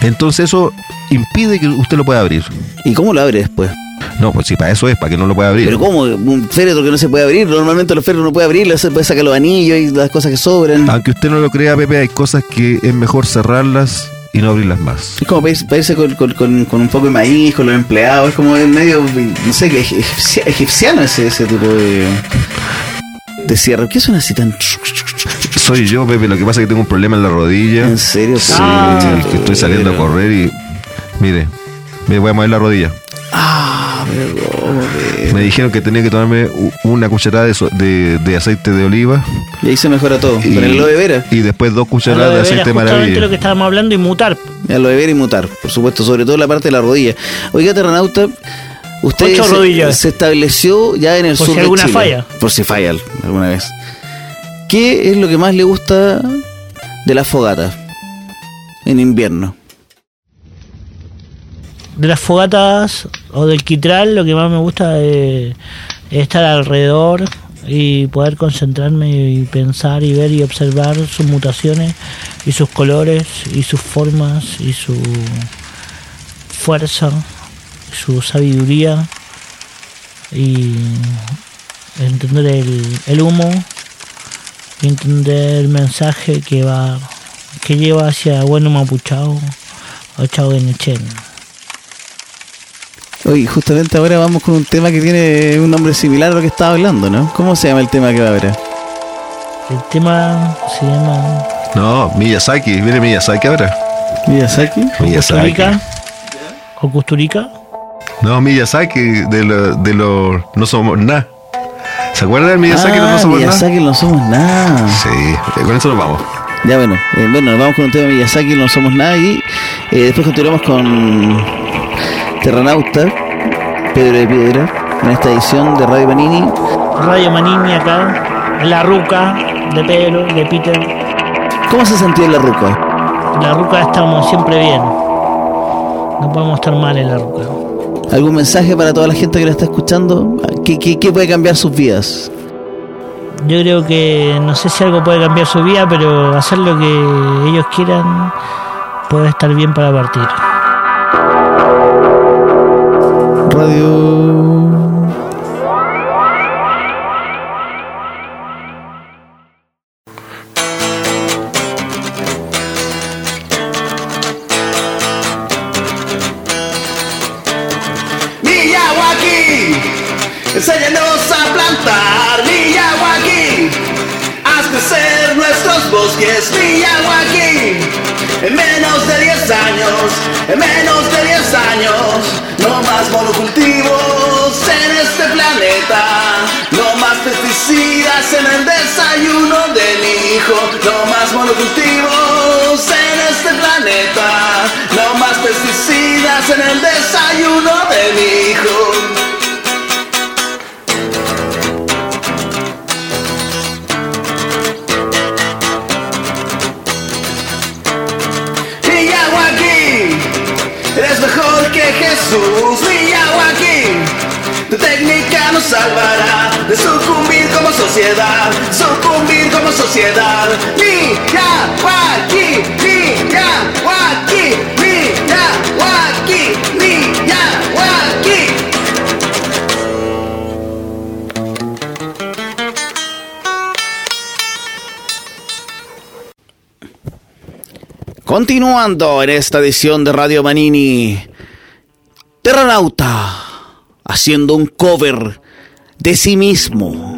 [SPEAKER 2] Entonces eso impide que usted lo pueda abrir.
[SPEAKER 1] ¿Y cómo lo abre después?
[SPEAKER 2] No, pues sí, para eso es, para que no lo pueda abrir.
[SPEAKER 1] Pero ¿cómo? Un féretro que no se puede abrir. Normalmente los féretros no puede abrir, se puede sacar los anillos y las cosas que sobran.
[SPEAKER 2] Aunque usted no lo crea, Pepe, hay cosas que es mejor cerrarlas y no abrirlas más.
[SPEAKER 1] Es como para irse, para irse con, con- con- con un poco de maíz, con los empleados, es como medio, no sé, que egipcia- egipciano ese, ese tipo de, de cierre. ¿Qué suena así tan...
[SPEAKER 2] Soy yo, Pepe, lo que pasa es que tengo un problema en la rodilla.
[SPEAKER 1] En serio,
[SPEAKER 2] Sí,
[SPEAKER 3] Ah.
[SPEAKER 2] que estoy saliendo a correr y... Mire, me voy a mover la rodilla.
[SPEAKER 1] Ah, pero...
[SPEAKER 2] Me dijeron que tenía que tomarme u- una cucharada de, so- de- de aceite de oliva
[SPEAKER 1] Y ahí se mejora todo. Con el aloe vera.
[SPEAKER 2] y después dos
[SPEAKER 3] Lo
[SPEAKER 2] cucharadas de
[SPEAKER 3] de veras,
[SPEAKER 2] aceite de
[SPEAKER 3] justamente lo
[SPEAKER 2] maravilla.
[SPEAKER 3] que estábamos hablando y mutar.
[SPEAKER 1] El aloe vera y mutar, por supuesto, sobre todo la parte de la rodilla. Oiga, terranauta, usted
[SPEAKER 3] Ocho
[SPEAKER 1] se,
[SPEAKER 3] rodillas.
[SPEAKER 1] se estableció ya en el
[SPEAKER 3] Por
[SPEAKER 1] sur
[SPEAKER 3] si
[SPEAKER 1] de
[SPEAKER 3] alguna
[SPEAKER 1] Chile.
[SPEAKER 3] falla.
[SPEAKER 1] Por si falla alguna vez. ¿Qué es lo que más le gusta de las fogatas en invierno?
[SPEAKER 3] De las fogatas o del quitral, lo que más me gusta es, es estar alrededor y poder concentrarme y pensar y ver y observar sus mutaciones y sus colores y sus formas y su fuerza, su sabiduría y entender el, el humo y entender el mensaje que va que lleva hacia bueno mapuchao o chao de Nechen.
[SPEAKER 1] Oye, justamente ahora vamos con un tema que tiene un nombre similar a lo que estaba hablando, ¿no? ¿Cómo se llama el tema que va a haber?
[SPEAKER 3] El tema se llama
[SPEAKER 2] No, Miyazaki, viene Miyazaki ahora.
[SPEAKER 1] ¿Miyazaki?
[SPEAKER 2] Miyazaki.
[SPEAKER 3] Costurica o Costurica.
[SPEAKER 2] No, Miyazaki de los de lo, No Somos Nada. ¿Se acuerdan de Miyazaki de
[SPEAKER 1] Ah,
[SPEAKER 2] No Somos Nada?
[SPEAKER 1] Miyazaki no somos nada.
[SPEAKER 2] Sí, eh, con eso nos vamos.
[SPEAKER 1] Ya bueno, eh, bueno, nos vamos con un tema de Miyazaki, no somos nada y eh, después continuamos con Terranauta, Pedro de Piedra, en esta edición de Radio Panini.
[SPEAKER 3] Radio Manini acá. La Ruca de Pedro, de Peter.
[SPEAKER 1] ¿Cómo se sentía en la ruca?
[SPEAKER 3] La Ruca estamos siempre bien. No podemos estar mal en la Ruca.
[SPEAKER 1] ¿Algún mensaje para toda la gente que la está escuchando? ¿Qué, qué- qué puede cambiar sus vidas?
[SPEAKER 3] Yo creo que no sé si algo puede cambiar su vida, pero hacer lo que ellos quieran puede estar bien para partir.
[SPEAKER 1] Radio.
[SPEAKER 5] Miyawaki, enséñanos a plantar. Miyawaki, haz crecer nuestros bosques. Miyawaki, en menos de 10 años, en menos de 10 años, no más monocultivos en este planeta. No más pesticidas en el desayuno de mi hijo. No más monocultivos en este planeta. No más pesticidas en el desayuno de mi hijo. Miyawaki, eres mejor que Jesús. Miyawaki, tu técnica nos salvará de sucumbir como sociedad, sucumbir como sociedad. Miyawaki, Miyawaki, Miyawaki, Miyawaki.
[SPEAKER 1] Continuando en esta edición de Radio Manini, Terranauta haciendo un cover de sí mismo.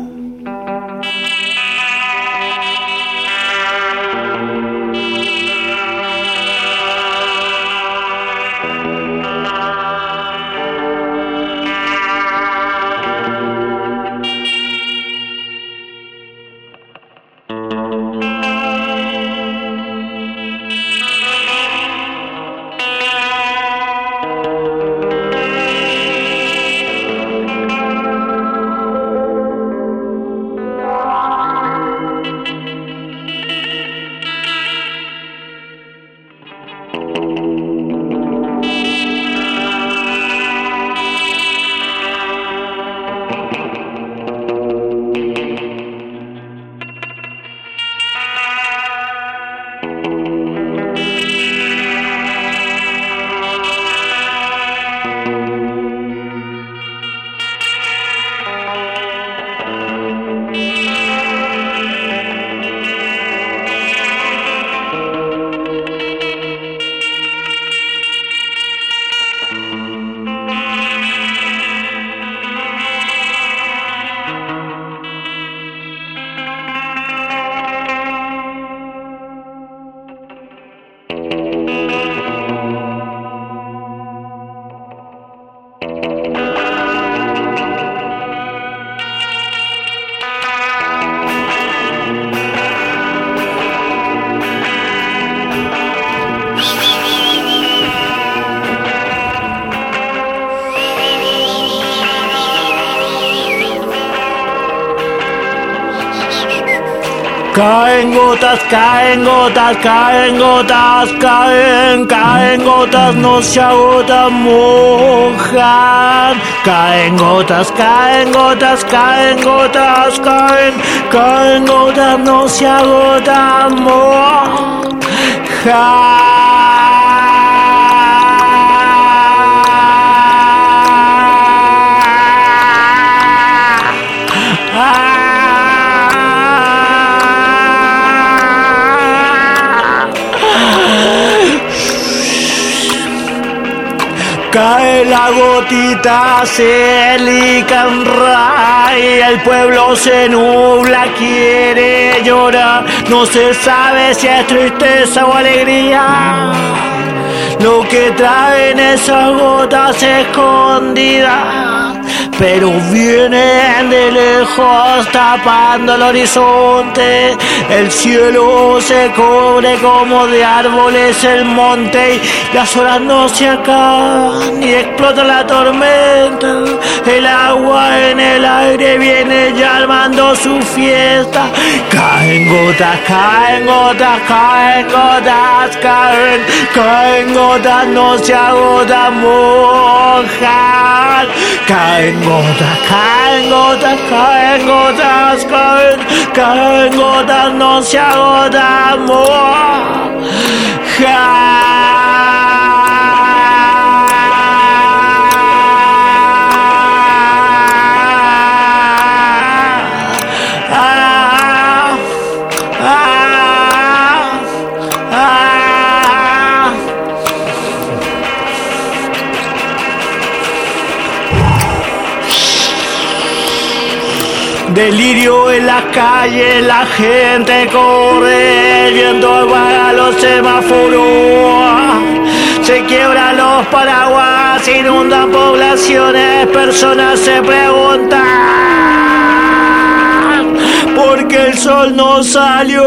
[SPEAKER 3] Caen gotas, caen gotas, caen gotas, caen, caen gotas, no se agotan, mojan. Caen gotas, caen gotas, caen gotas, caen, caen gotas, no se agotan, mojan. Cae la gotita, se lican ray, el pueblo se nubla, quiere llorar, no se sabe si es tristeza o alegría. Lo que traen esas gotas escondidas, pero vienen de lejos tapando el horizonte. El cielo se cubre como de árboles el monte y las horas no se acaban y explota la tormenta. El agua en el aire viene ya armando su fiesta. Caen gotas, caen gotas, caen gotas, caen, caen gotas, no se agotan, mojan. Caen gotas, caen gotas, caen gotas, caen, caen gotas, no se agotan, mojan. Delirio en la calle, la gente corre, el viento apaga los semáforos. Se quiebran los paraguas, inundan poblaciones, personas se preguntan por qué el sol no salió.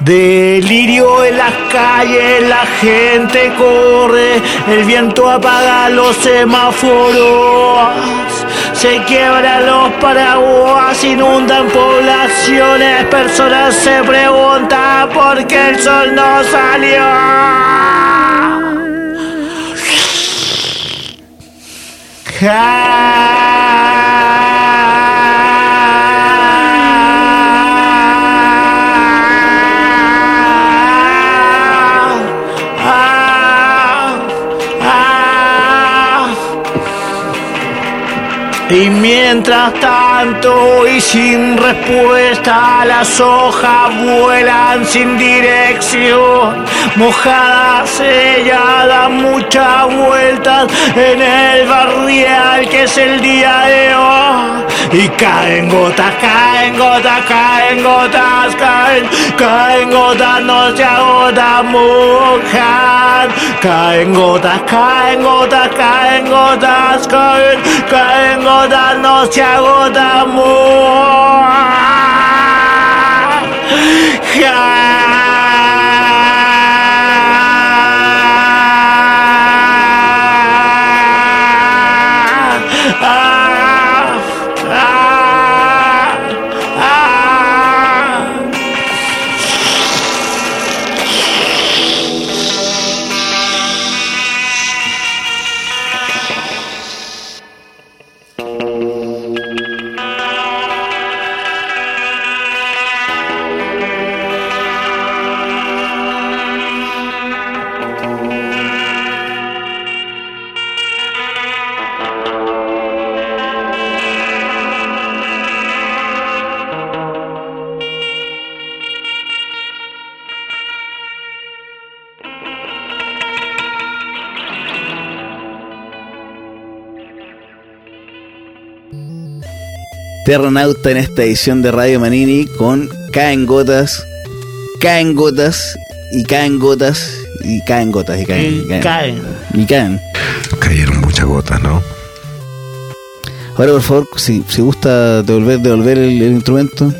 [SPEAKER 3] Delirio en las calles, la gente corre, el viento apaga los semáforos, se quiebran los paraguas, inundan poblaciones, personas se preguntan por qué el sol no salió. Y mientras tanto y sin respuesta las hojas vuelan sin dirección, mojadas, selladas, muchas vueltas en el barrial que es el día de hoy. Y caen gotas, caen gotas, caen gotas, caen, caen gotas, no se agotan, mojan. Caen gotas, caen gotas, caen gotas, caen, caen gotas, no se agotan, mojan.
[SPEAKER 1] Terranauta en esta edición de Radio Manini con Caen Gotas, Caen Gotas y Caen Gotas y Caen Gotas y Caen.
[SPEAKER 3] Y caen.
[SPEAKER 1] Y caen.
[SPEAKER 2] Cayeron muchas gotas, ¿no?
[SPEAKER 1] Ahora, por favor, si, si gusta devolver, devolver el, el instrumento.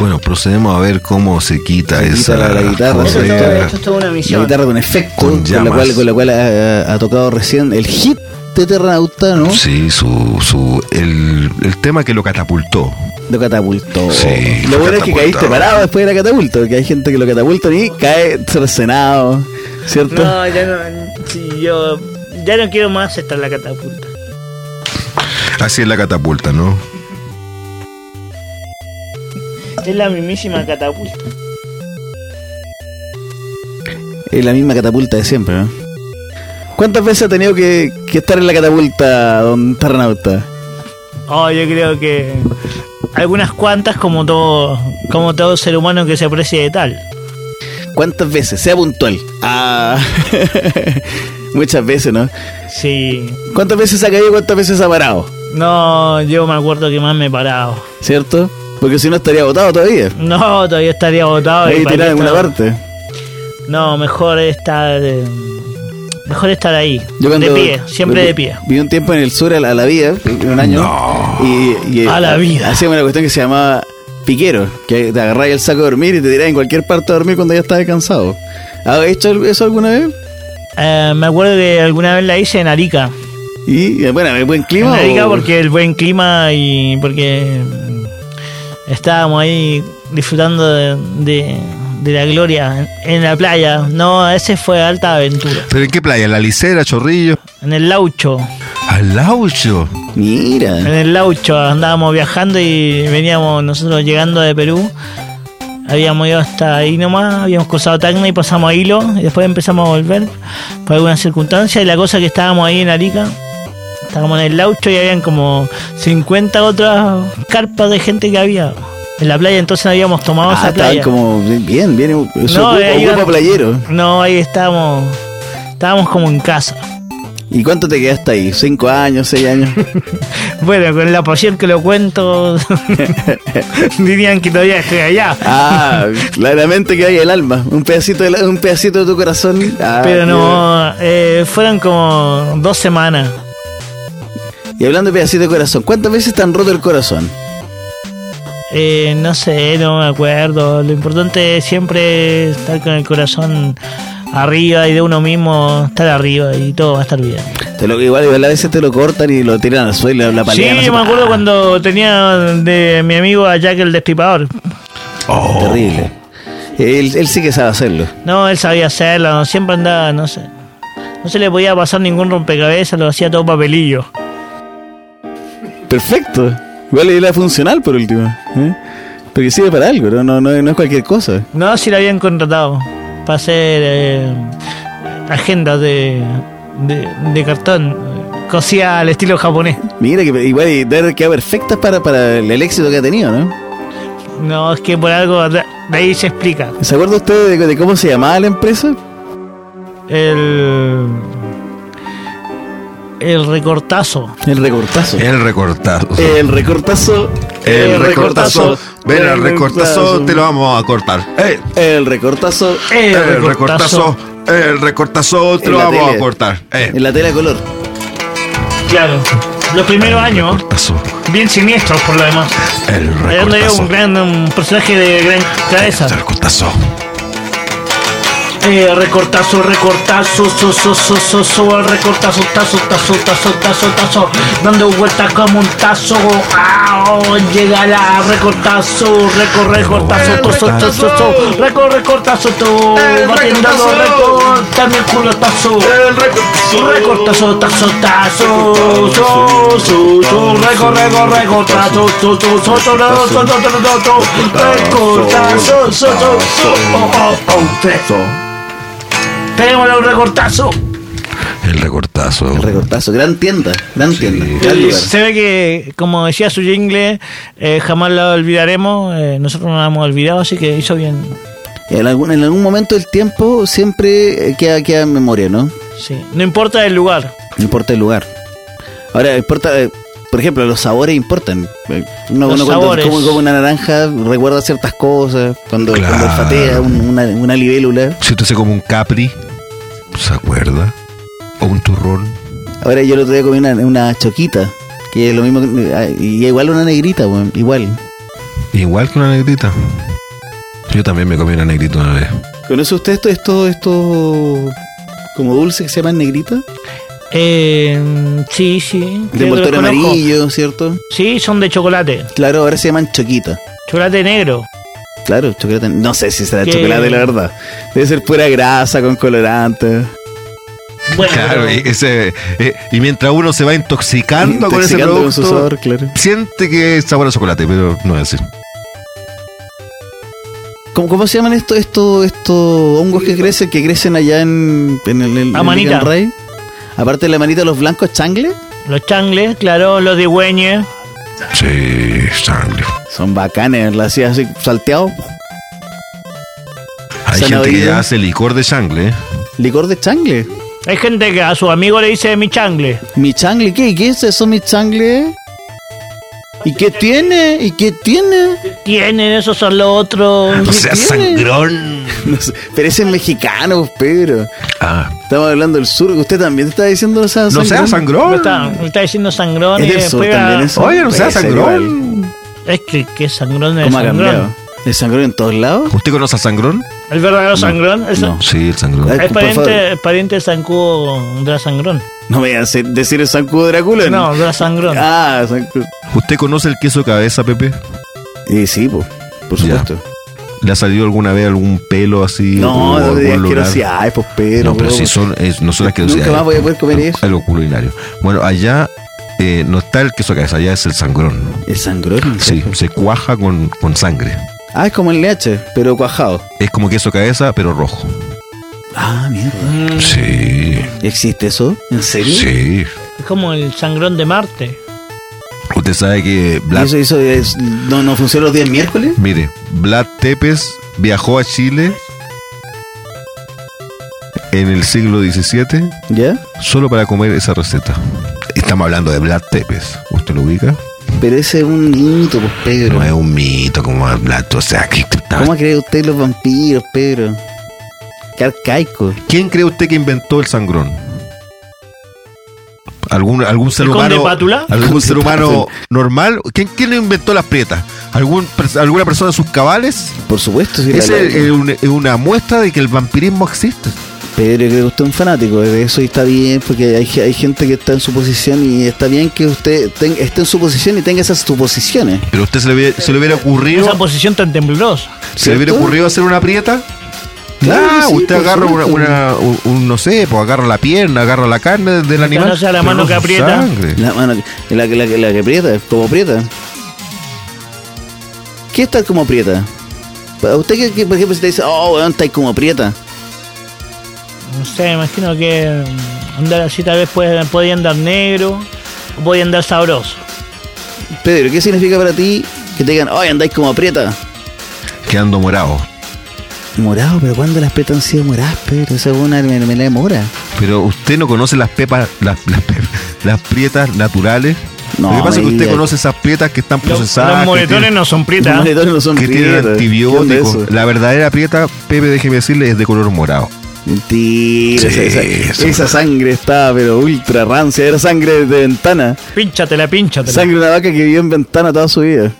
[SPEAKER 2] Bueno, procedemos a ver cómo se quita
[SPEAKER 1] Se quita
[SPEAKER 2] esa
[SPEAKER 1] la- la guitarra,
[SPEAKER 2] cosa
[SPEAKER 1] se
[SPEAKER 2] ahí.
[SPEAKER 1] quita
[SPEAKER 3] Esto es toda una
[SPEAKER 1] La
[SPEAKER 3] misión.
[SPEAKER 1] guitarra con efecto,
[SPEAKER 2] Con
[SPEAKER 1] con, la
[SPEAKER 2] llamas.
[SPEAKER 1] cual, con la cual ha, ha tocado recién el hit de Terranauta, ¿no?
[SPEAKER 2] Sí, su, su, el, el tema que lo catapultó.
[SPEAKER 1] Lo catapultó.
[SPEAKER 2] Sí,
[SPEAKER 1] lo
[SPEAKER 2] lo
[SPEAKER 1] bueno es que
[SPEAKER 2] catapultó.
[SPEAKER 1] caíste parado después de la catapulta, porque hay gente que lo catapulta y cae cercenado, ¿cierto?
[SPEAKER 3] No, ya no, sí, yo ya no quiero más estar en la catapulta.
[SPEAKER 2] Así es la catapulta, ¿no?
[SPEAKER 3] Es la mismísima catapulta.
[SPEAKER 1] Es la misma catapulta de siempre, ¿no? ¿Cuántas veces ha tenido que, que estar en la catapulta, don Terranauta?
[SPEAKER 3] Oh, yo creo que algunas cuantas como todo como todo ser humano que se aprecie de tal.
[SPEAKER 1] ¿Cuántas veces? Sea puntual. Ah, [laughs] muchas veces, ¿no?
[SPEAKER 3] Sí.
[SPEAKER 1] ¿Cuántas veces ha caído y cuántas veces ha parado?
[SPEAKER 3] No, yo me acuerdo que más me he parado.
[SPEAKER 1] ¿Cierto? Porque si no estaría votado todavía.
[SPEAKER 3] No, todavía estaría botado. y
[SPEAKER 1] Ahí
[SPEAKER 3] para
[SPEAKER 1] tirado
[SPEAKER 3] qué
[SPEAKER 1] en una
[SPEAKER 3] estar-
[SPEAKER 1] parte.
[SPEAKER 3] No, mejor estar eh, mejor estar ahí. de
[SPEAKER 1] cuando-
[SPEAKER 3] pie, siempre
[SPEAKER 1] vi-
[SPEAKER 3] de pie.
[SPEAKER 1] Vi un tiempo en el sur a la, a la vida, un año. Y, y-
[SPEAKER 3] A la vida.
[SPEAKER 1] Hacíamos una cuestión que se llamaba piquero, que te agarráis el saco a dormir y te tirás en cualquier parte a dormir cuando ya estás cansado. ¿Has hecho eso alguna vez?
[SPEAKER 3] Eh, me acuerdo que alguna vez la hice en Arica.
[SPEAKER 1] Y eh, bueno, ¿hay buen clima.
[SPEAKER 3] En Arica
[SPEAKER 1] o-
[SPEAKER 3] porque el buen clima y porque mm, estábamos ahí disfrutando de, de- de la gloria en, en la playa. No, ese fue alta aventura.
[SPEAKER 2] ¿Pero en qué playa? ¿La Licera, Chorrillo?
[SPEAKER 3] En el Laucho.
[SPEAKER 2] ¿Al Laucho?
[SPEAKER 1] Mira.
[SPEAKER 3] En el Laucho andábamos viajando y veníamos nosotros llegando de Perú. Habíamos ido hasta ahí nomás, habíamos cruzado Tacna y pasamos a Hilo. Y después empezamos a volver por alguna circunstancia. Y la cosa que estábamos ahí en Arica, estábamos en el Laucho y habían como 50 otras carpas de gente que había. En la playa entonces habíamos tomado
[SPEAKER 1] Ah,
[SPEAKER 3] esa playa.
[SPEAKER 1] estaban como bien, bien. Eso ocupa,
[SPEAKER 3] eh, iban-
[SPEAKER 1] ocupa playero.
[SPEAKER 3] No, ahí estábamos. Estábamos como en casa.
[SPEAKER 1] ¿Y cuánto te quedaste ahí? ¿Cinco años, seis
[SPEAKER 3] [laughs]
[SPEAKER 1] años?
[SPEAKER 3] Bueno, con la pasión que
[SPEAKER 1] [laughs]
[SPEAKER 3] lo cuento, dirían que todavía estoy allá.
[SPEAKER 1] Ah, claramente que hay el alma. Un pedacito de, la- un pedacito de tu corazón. Ah,
[SPEAKER 3] Pero no, eh, fueron como dos semanas.
[SPEAKER 1] mira. Y hablando de pedacito de corazón, ¿cuántas veces te han roto el corazón?
[SPEAKER 3] Eh, no sé, no me acuerdo. Lo importante es siempre estar con el corazón arriba y de uno mismo estar arriba y todo va a estar bien.
[SPEAKER 1] Te lo, igual, igual a veces te lo cortan y lo tiran al suelo, la
[SPEAKER 3] Sí,
[SPEAKER 1] palean. no sé,
[SPEAKER 3] me acuerdo
[SPEAKER 1] ah,
[SPEAKER 3] cuando tenía de mi amigo a Jack el Destripador.
[SPEAKER 1] Oh. Terrible. Él, él sí que sabe hacerlo.
[SPEAKER 3] No, él sabía hacerlo, no, siempre andaba, no sé. No se le podía pasar ningún rompecabezas, lo hacía todo papelillo.
[SPEAKER 1] Perfecto. Igual era funcional por último. ¿eh? Porque sirve para algo, ¿no? No, no, no es cualquier cosa.
[SPEAKER 3] No, si lo habían contratado para hacer eh, agendas de, de, de cartón, cosía al estilo japonés.
[SPEAKER 1] Mira, que igual y debe quedar perfectas para, para el el éxito que ha tenido, ¿no?
[SPEAKER 3] No, es que por algo de de ahí se explica.
[SPEAKER 1] ¿Se acuerda usted de, de cómo se llamaba la empresa?
[SPEAKER 3] El, el recortazo.
[SPEAKER 1] El recortazo.
[SPEAKER 2] El recortazo.
[SPEAKER 1] El recortazo.
[SPEAKER 2] El recortazo. Ven al recortazo, te lo vamos a cortar. Eh,
[SPEAKER 1] El recortazo.
[SPEAKER 3] El,
[SPEAKER 2] El recortazo.
[SPEAKER 3] recortazo.
[SPEAKER 2] El recortazo, te
[SPEAKER 1] En
[SPEAKER 2] lo
[SPEAKER 1] la
[SPEAKER 2] vamos a
[SPEAKER 1] tele.
[SPEAKER 2] cortar. Eh,
[SPEAKER 1] En la tela color.
[SPEAKER 3] Claro. Los primeros años,
[SPEAKER 2] recortazo.
[SPEAKER 3] bien siniestros por lo demás.
[SPEAKER 2] El
[SPEAKER 3] Ahí donde había
[SPEAKER 2] recortazo.
[SPEAKER 3] un gran un personaje de gran cabeza.
[SPEAKER 2] El recortazo.
[SPEAKER 3] Eh, recortazo, recortazo, so, so, so, so, so, el recortazo, tazo, tazo, tazo, tazo, tazo, dando vueltas como un tazo, ao, llega la recortazo, recor, recortazo, tazo, tazo, tazo, recor, recortazo, to, batiendo recortame el culo, tazo, recortazo, tazo, tazo, so, so, so, recor, recor, recortazo, so, so, so, so, so, so, so, so, so, recortazo, so, so, so, oh, oh, oh, tres. Peguémosle un recortazo.
[SPEAKER 2] El recortazo.
[SPEAKER 1] El recortazo. Gran tienda. Gran tienda. Gran lugar.
[SPEAKER 3] Se ve que, como decía su jingle, eh, jamás la olvidaremos. eh, nosotros no la hemos olvidado, así que hizo bien.
[SPEAKER 1] En algún, en algún momento del tiempo siempre eh, queda, queda en memoria, ¿no?
[SPEAKER 3] Sí. No importa el lugar.
[SPEAKER 1] No importa el lugar. Ahora, importa. eh, por ejemplo, los sabores importan. Eh, Uno,
[SPEAKER 3] Los
[SPEAKER 1] uno cuando
[SPEAKER 3] sabores.
[SPEAKER 1] come, come una naranja recuerda ciertas cosas. Cuando,
[SPEAKER 2] Claro.
[SPEAKER 1] cuando olfatea un- una, una libélula.
[SPEAKER 2] Si usted se come un Capri, ¿se acuerda? O un turrón.
[SPEAKER 1] Ahora yo el otro día comí una, una choquita. Que es lo mismo. que- ah, Y igual una negrita, weón, Igual.
[SPEAKER 2] Igual que una negrita. Yo también me comí una negrita una vez.
[SPEAKER 1] ¿Conoce usted esto, esto, esto como dulce que se llaman negrita?
[SPEAKER 3] Eh, sí, sí. creo que
[SPEAKER 1] De envoltorio
[SPEAKER 3] los conozco.
[SPEAKER 1] amarillo, ¿cierto?
[SPEAKER 3] Sí, son de chocolate.
[SPEAKER 1] Claro, ahora se llaman choquita.
[SPEAKER 3] Chocolate negro.
[SPEAKER 1] Claro, chocolate. No sé si será
[SPEAKER 3] ¿Qué?
[SPEAKER 1] chocolate, la verdad. Debe ser pura grasa con colorante.
[SPEAKER 3] Bueno,
[SPEAKER 2] Claro,
[SPEAKER 3] pero-
[SPEAKER 2] y, ese, eh, y mientras uno se va intoxicando, con ese
[SPEAKER 1] Intoxicando
[SPEAKER 2] producto,
[SPEAKER 1] con su sabor, claro.
[SPEAKER 2] siente que es sabor a chocolate, pero no es así.
[SPEAKER 1] ¿Cómo, cómo se llaman estos estos estos hongos que crecen, que crecen allá en, en el, en- en
[SPEAKER 3] Amanita.
[SPEAKER 1] Ligan Rey? Aparte de la manita, los blancos changle.
[SPEAKER 3] Los changles, claro, los digüeñes.
[SPEAKER 2] Sí, sangre.
[SPEAKER 1] Son bacanes, las hacías así salteado.
[SPEAKER 2] Hay gente que
[SPEAKER 1] Zanahoria.
[SPEAKER 2] ya hace licor de sangre. ¿eh?
[SPEAKER 1] Licor de changle.
[SPEAKER 3] Hay gente que a su amigo le dice mi changle.
[SPEAKER 1] ¿Mi changle qué? ¿Qué es eso, mi changle? ¿Y qué tiene? ¿Y qué tiene?
[SPEAKER 3] Tienen, esos son
[SPEAKER 2] [laughs]
[SPEAKER 3] los otros.
[SPEAKER 2] No sea
[SPEAKER 1] tiene?
[SPEAKER 2] sangrón.
[SPEAKER 1] [laughs] No sé, pero ese es mexicano, pues, Pedro.
[SPEAKER 2] Ah,
[SPEAKER 1] Estamos hablando del sur. Usted también está diciendo esa
[SPEAKER 2] no sea
[SPEAKER 3] Me
[SPEAKER 2] sangrón.
[SPEAKER 3] está, me está diciendo sangrón.
[SPEAKER 1] Es
[SPEAKER 3] y
[SPEAKER 1] del sur
[SPEAKER 3] después a-
[SPEAKER 1] también eso.
[SPEAKER 2] Oye, no sea
[SPEAKER 1] Puede ser igual.
[SPEAKER 2] sangrón.
[SPEAKER 3] Es que, que sangrón es
[SPEAKER 1] ¿Cómo ha
[SPEAKER 3] sangrón.
[SPEAKER 1] cambiado? ¿El sangrón en todos lados?
[SPEAKER 2] ¿Usted conoce al sangrón?
[SPEAKER 3] El verdadero sangrón es,
[SPEAKER 1] No.
[SPEAKER 2] Sí, el sangrón.
[SPEAKER 1] Ay,
[SPEAKER 3] es
[SPEAKER 1] por
[SPEAKER 3] pariente,
[SPEAKER 1] favor.
[SPEAKER 3] es pariente de Sancudo de la sangrón.
[SPEAKER 1] No me vas a decir el zancudo Drácula.
[SPEAKER 3] No, de la sangrón.
[SPEAKER 1] Ah, zancudo.
[SPEAKER 2] ¿Usted conoce el queso cabeza, Pepe?
[SPEAKER 1] Eh, sí, po, por
[SPEAKER 2] Ya.
[SPEAKER 1] supuesto.
[SPEAKER 2] ¿Le ha salido alguna vez algún pelo así?
[SPEAKER 1] No,
[SPEAKER 2] o
[SPEAKER 1] no
[SPEAKER 2] algún
[SPEAKER 1] de
[SPEAKER 2] lunar?
[SPEAKER 1] asquerosidades, pues pero.
[SPEAKER 2] No, pero
[SPEAKER 1] weón.
[SPEAKER 2] si son, es- no son las que
[SPEAKER 1] Nunca más voy a poder comer eso.
[SPEAKER 2] Algo culinario. Bueno, allá eh, no está el queso cabeza, allá es el sangrón. ¿no?
[SPEAKER 1] El sangrón.
[SPEAKER 2] Sí, se cuaja con, con sangre.
[SPEAKER 1] Ah, es como el leche, pero cuajado.
[SPEAKER 2] Es como queso cabeza, pero rojo.
[SPEAKER 1] Ah, mierda.
[SPEAKER 2] Mm. Sí,
[SPEAKER 1] ¿Existe eso? ¿En serio?
[SPEAKER 2] sí.
[SPEAKER 3] Es como el sangrón de Marte.
[SPEAKER 2] Usted sabe que
[SPEAKER 1] ¿Y
[SPEAKER 2] Vlad,
[SPEAKER 1] eso, eso es- no, no funciona los días miércoles?
[SPEAKER 2] mire, Vlad Tepes viajó a Chile en el siglo XVII
[SPEAKER 1] ¿Ya?
[SPEAKER 2] solo para comer esa receta. Estamos hablando de Vlad Tepes. ¿Usted lo ubica?
[SPEAKER 1] Pero ese es un mito, pues, Pedro.
[SPEAKER 2] No es un mito como Vlad. O sea, que
[SPEAKER 1] ¿Cómo cree usted los vampiros, Pedro? Qué arcaico.
[SPEAKER 2] ¿Quién cree usted que inventó el sangrón? ¿Algún, algún ser
[SPEAKER 3] ¿El conde
[SPEAKER 2] humano?
[SPEAKER 3] Pátula?
[SPEAKER 2] ¿Algún
[SPEAKER 1] Conde
[SPEAKER 2] [laughs] ser humano
[SPEAKER 1] Pátula.
[SPEAKER 2] normal? ¿Quién, quién inventó las prietas? ¿Algún, pers- ¿Alguna persona de sus cabales?
[SPEAKER 1] Por supuesto, sí. la-
[SPEAKER 2] Es,
[SPEAKER 1] la-
[SPEAKER 2] el- el- un- es una muestra de que el vampirismo existe.
[SPEAKER 1] Pedro, creo que usted es un fanático de eso y está bien, porque hay, ge- hay gente que está en su posición y está bien que usted ten- esté en su posición y tenga esas suposiciones.
[SPEAKER 2] Pero a usted se le, hubiera- se le hubiera ocurrido
[SPEAKER 3] Esa posición tan temblorosa.
[SPEAKER 2] se le hubiera
[SPEAKER 1] ¿Cierto?
[SPEAKER 2] ocurrido hacer una prieta.
[SPEAKER 1] Claro
[SPEAKER 2] ah,
[SPEAKER 1] que sí,
[SPEAKER 2] usted
[SPEAKER 1] por
[SPEAKER 2] agarra una,
[SPEAKER 1] supuesto.
[SPEAKER 2] una- un, un- no sé, pues agarra la pierna, agarra la carne del animal.
[SPEAKER 3] no sea la
[SPEAKER 2] pero
[SPEAKER 3] mano
[SPEAKER 2] no
[SPEAKER 3] que
[SPEAKER 2] su
[SPEAKER 3] aprieta.
[SPEAKER 2] sangre.
[SPEAKER 1] La mano, la, que- la, que- la que aprieta, como aprieta. ¿Qué es tal como aprieta? Para usted, que, que, por ejemplo, si te dice, oh, weón, estáis como aprieta.
[SPEAKER 3] No sé, me imagino que mm, andar así tal vez puede- podía andar negro, o podía andar sabroso.
[SPEAKER 1] Pedro, ¿qué significa para ti que te digan, oh, andáis como aprieta?
[SPEAKER 2] Quedando morado.
[SPEAKER 1] Morado, pero ¿cuándo las pretas han sido moradas, Pedro? Esa es una mermelada de mora.
[SPEAKER 2] Pero usted no conoce las pepas, las, [laughs] las, pe- las prietas naturales.
[SPEAKER 1] No,
[SPEAKER 2] Lo que pasa es que
[SPEAKER 1] me
[SPEAKER 2] usted
[SPEAKER 1] diga.
[SPEAKER 2] conoce esas prietas que están
[SPEAKER 3] Los,
[SPEAKER 2] procesadas, que
[SPEAKER 3] moretones
[SPEAKER 2] tienen,
[SPEAKER 3] no son
[SPEAKER 1] Los
[SPEAKER 3] prietas. ¿eh?
[SPEAKER 1] moretones no son
[SPEAKER 2] que tienen
[SPEAKER 1] prietas. ¿Qué onda
[SPEAKER 2] antibióticos.
[SPEAKER 1] eso?
[SPEAKER 2] La verdadera prieta, Pepe, déjeme decirle, es de color morado.
[SPEAKER 1] Mentira,
[SPEAKER 2] Sí,
[SPEAKER 1] esa,
[SPEAKER 2] eso.
[SPEAKER 1] esa- esa sangre estaba pero ultra rancia, era sangre de ventana,
[SPEAKER 3] Pínchatela, pínchatela.
[SPEAKER 1] sangre de una vaca que vivió en ventana toda su vida.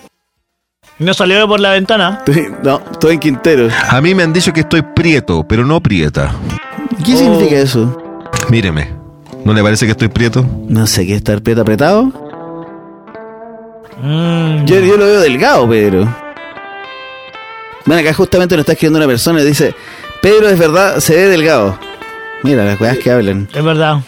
[SPEAKER 3] No salió por la ventana.
[SPEAKER 1] No, todo en Quintero.
[SPEAKER 2] A mí me han dicho que estoy prieto, pero no prieta.
[SPEAKER 1] ¿Qué
[SPEAKER 3] Oh.
[SPEAKER 1] significa eso?
[SPEAKER 2] Míreme, ¿no le parece que estoy prieto?
[SPEAKER 1] No sé qué estar prieto apretado.
[SPEAKER 3] Mm,
[SPEAKER 1] Yo, yo lo veo delgado, Pedro. Bueno, acá justamente nos está escribiendo una persona y dice, Pedro es verdad, se ve delgado. Mira las weas que hablan.
[SPEAKER 3] Es verdad.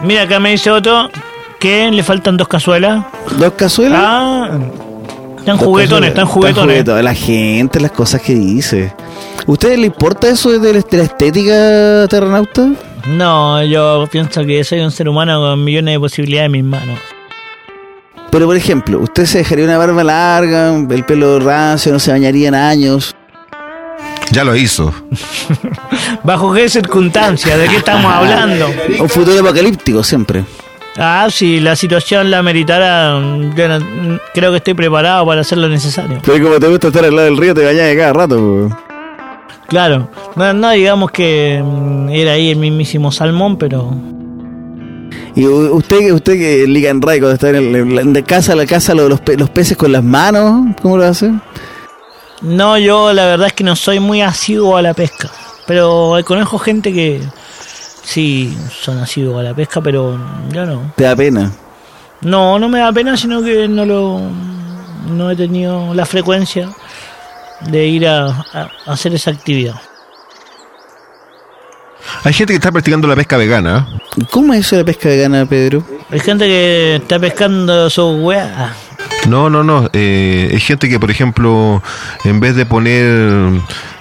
[SPEAKER 3] Mira, acá me dice otro que le faltan dos cazuelas.
[SPEAKER 1] Dos cazuelas.
[SPEAKER 3] Ah, están
[SPEAKER 1] Los
[SPEAKER 3] juguetones,
[SPEAKER 1] cazuelas,
[SPEAKER 3] están juguetones.
[SPEAKER 1] juguetones. La gente, las cosas que dice. ¿Ustedes le importa eso de la de la estética terranauta?
[SPEAKER 3] No, yo pienso que soy un ser humano con millones de posibilidades en mis manos.
[SPEAKER 1] Pero por ejemplo, ¿usted se dejaría una barba larga, el pelo rancio, no se bañaría en años?
[SPEAKER 2] Ya lo hizo.
[SPEAKER 3] ¿Bajo qué circunstancias? ¿De qué estamos hablando?
[SPEAKER 1] Un futuro apocalíptico siempre.
[SPEAKER 3] Ah, si la situación la meritara, yo no- creo que estoy preparado para hacer lo necesario.
[SPEAKER 1] Pero como te gusta estar al lado del río, te bañas de cada rato. po.
[SPEAKER 3] Claro, no, no digamos que mm, era ahí el mismísimo salmón, pero
[SPEAKER 1] Y u- usted, usted que liga en Ray cuando está en, el- en la- en la casa, la casa, lo de los, pe- los peces con las manos, ¿cómo lo hace?
[SPEAKER 3] no, yo la verdad es que no soy muy asiduo a la pesca. Pero conozco gente que sí son asiduos a la pesca, pero yo no.
[SPEAKER 1] Te da pena.
[SPEAKER 3] No, no me da pena, sino que no lo. No he tenido la frecuencia de ir a, a- a hacer esa actividad.
[SPEAKER 2] Hay gente que está practicando la pesca vegana.
[SPEAKER 1] ¿Cómo es eso de la pesca vegana, Pedro?
[SPEAKER 3] Hay gente que está pescando su weá.
[SPEAKER 2] No, no, no. eh, hay gente que, por ejemplo, en vez de poner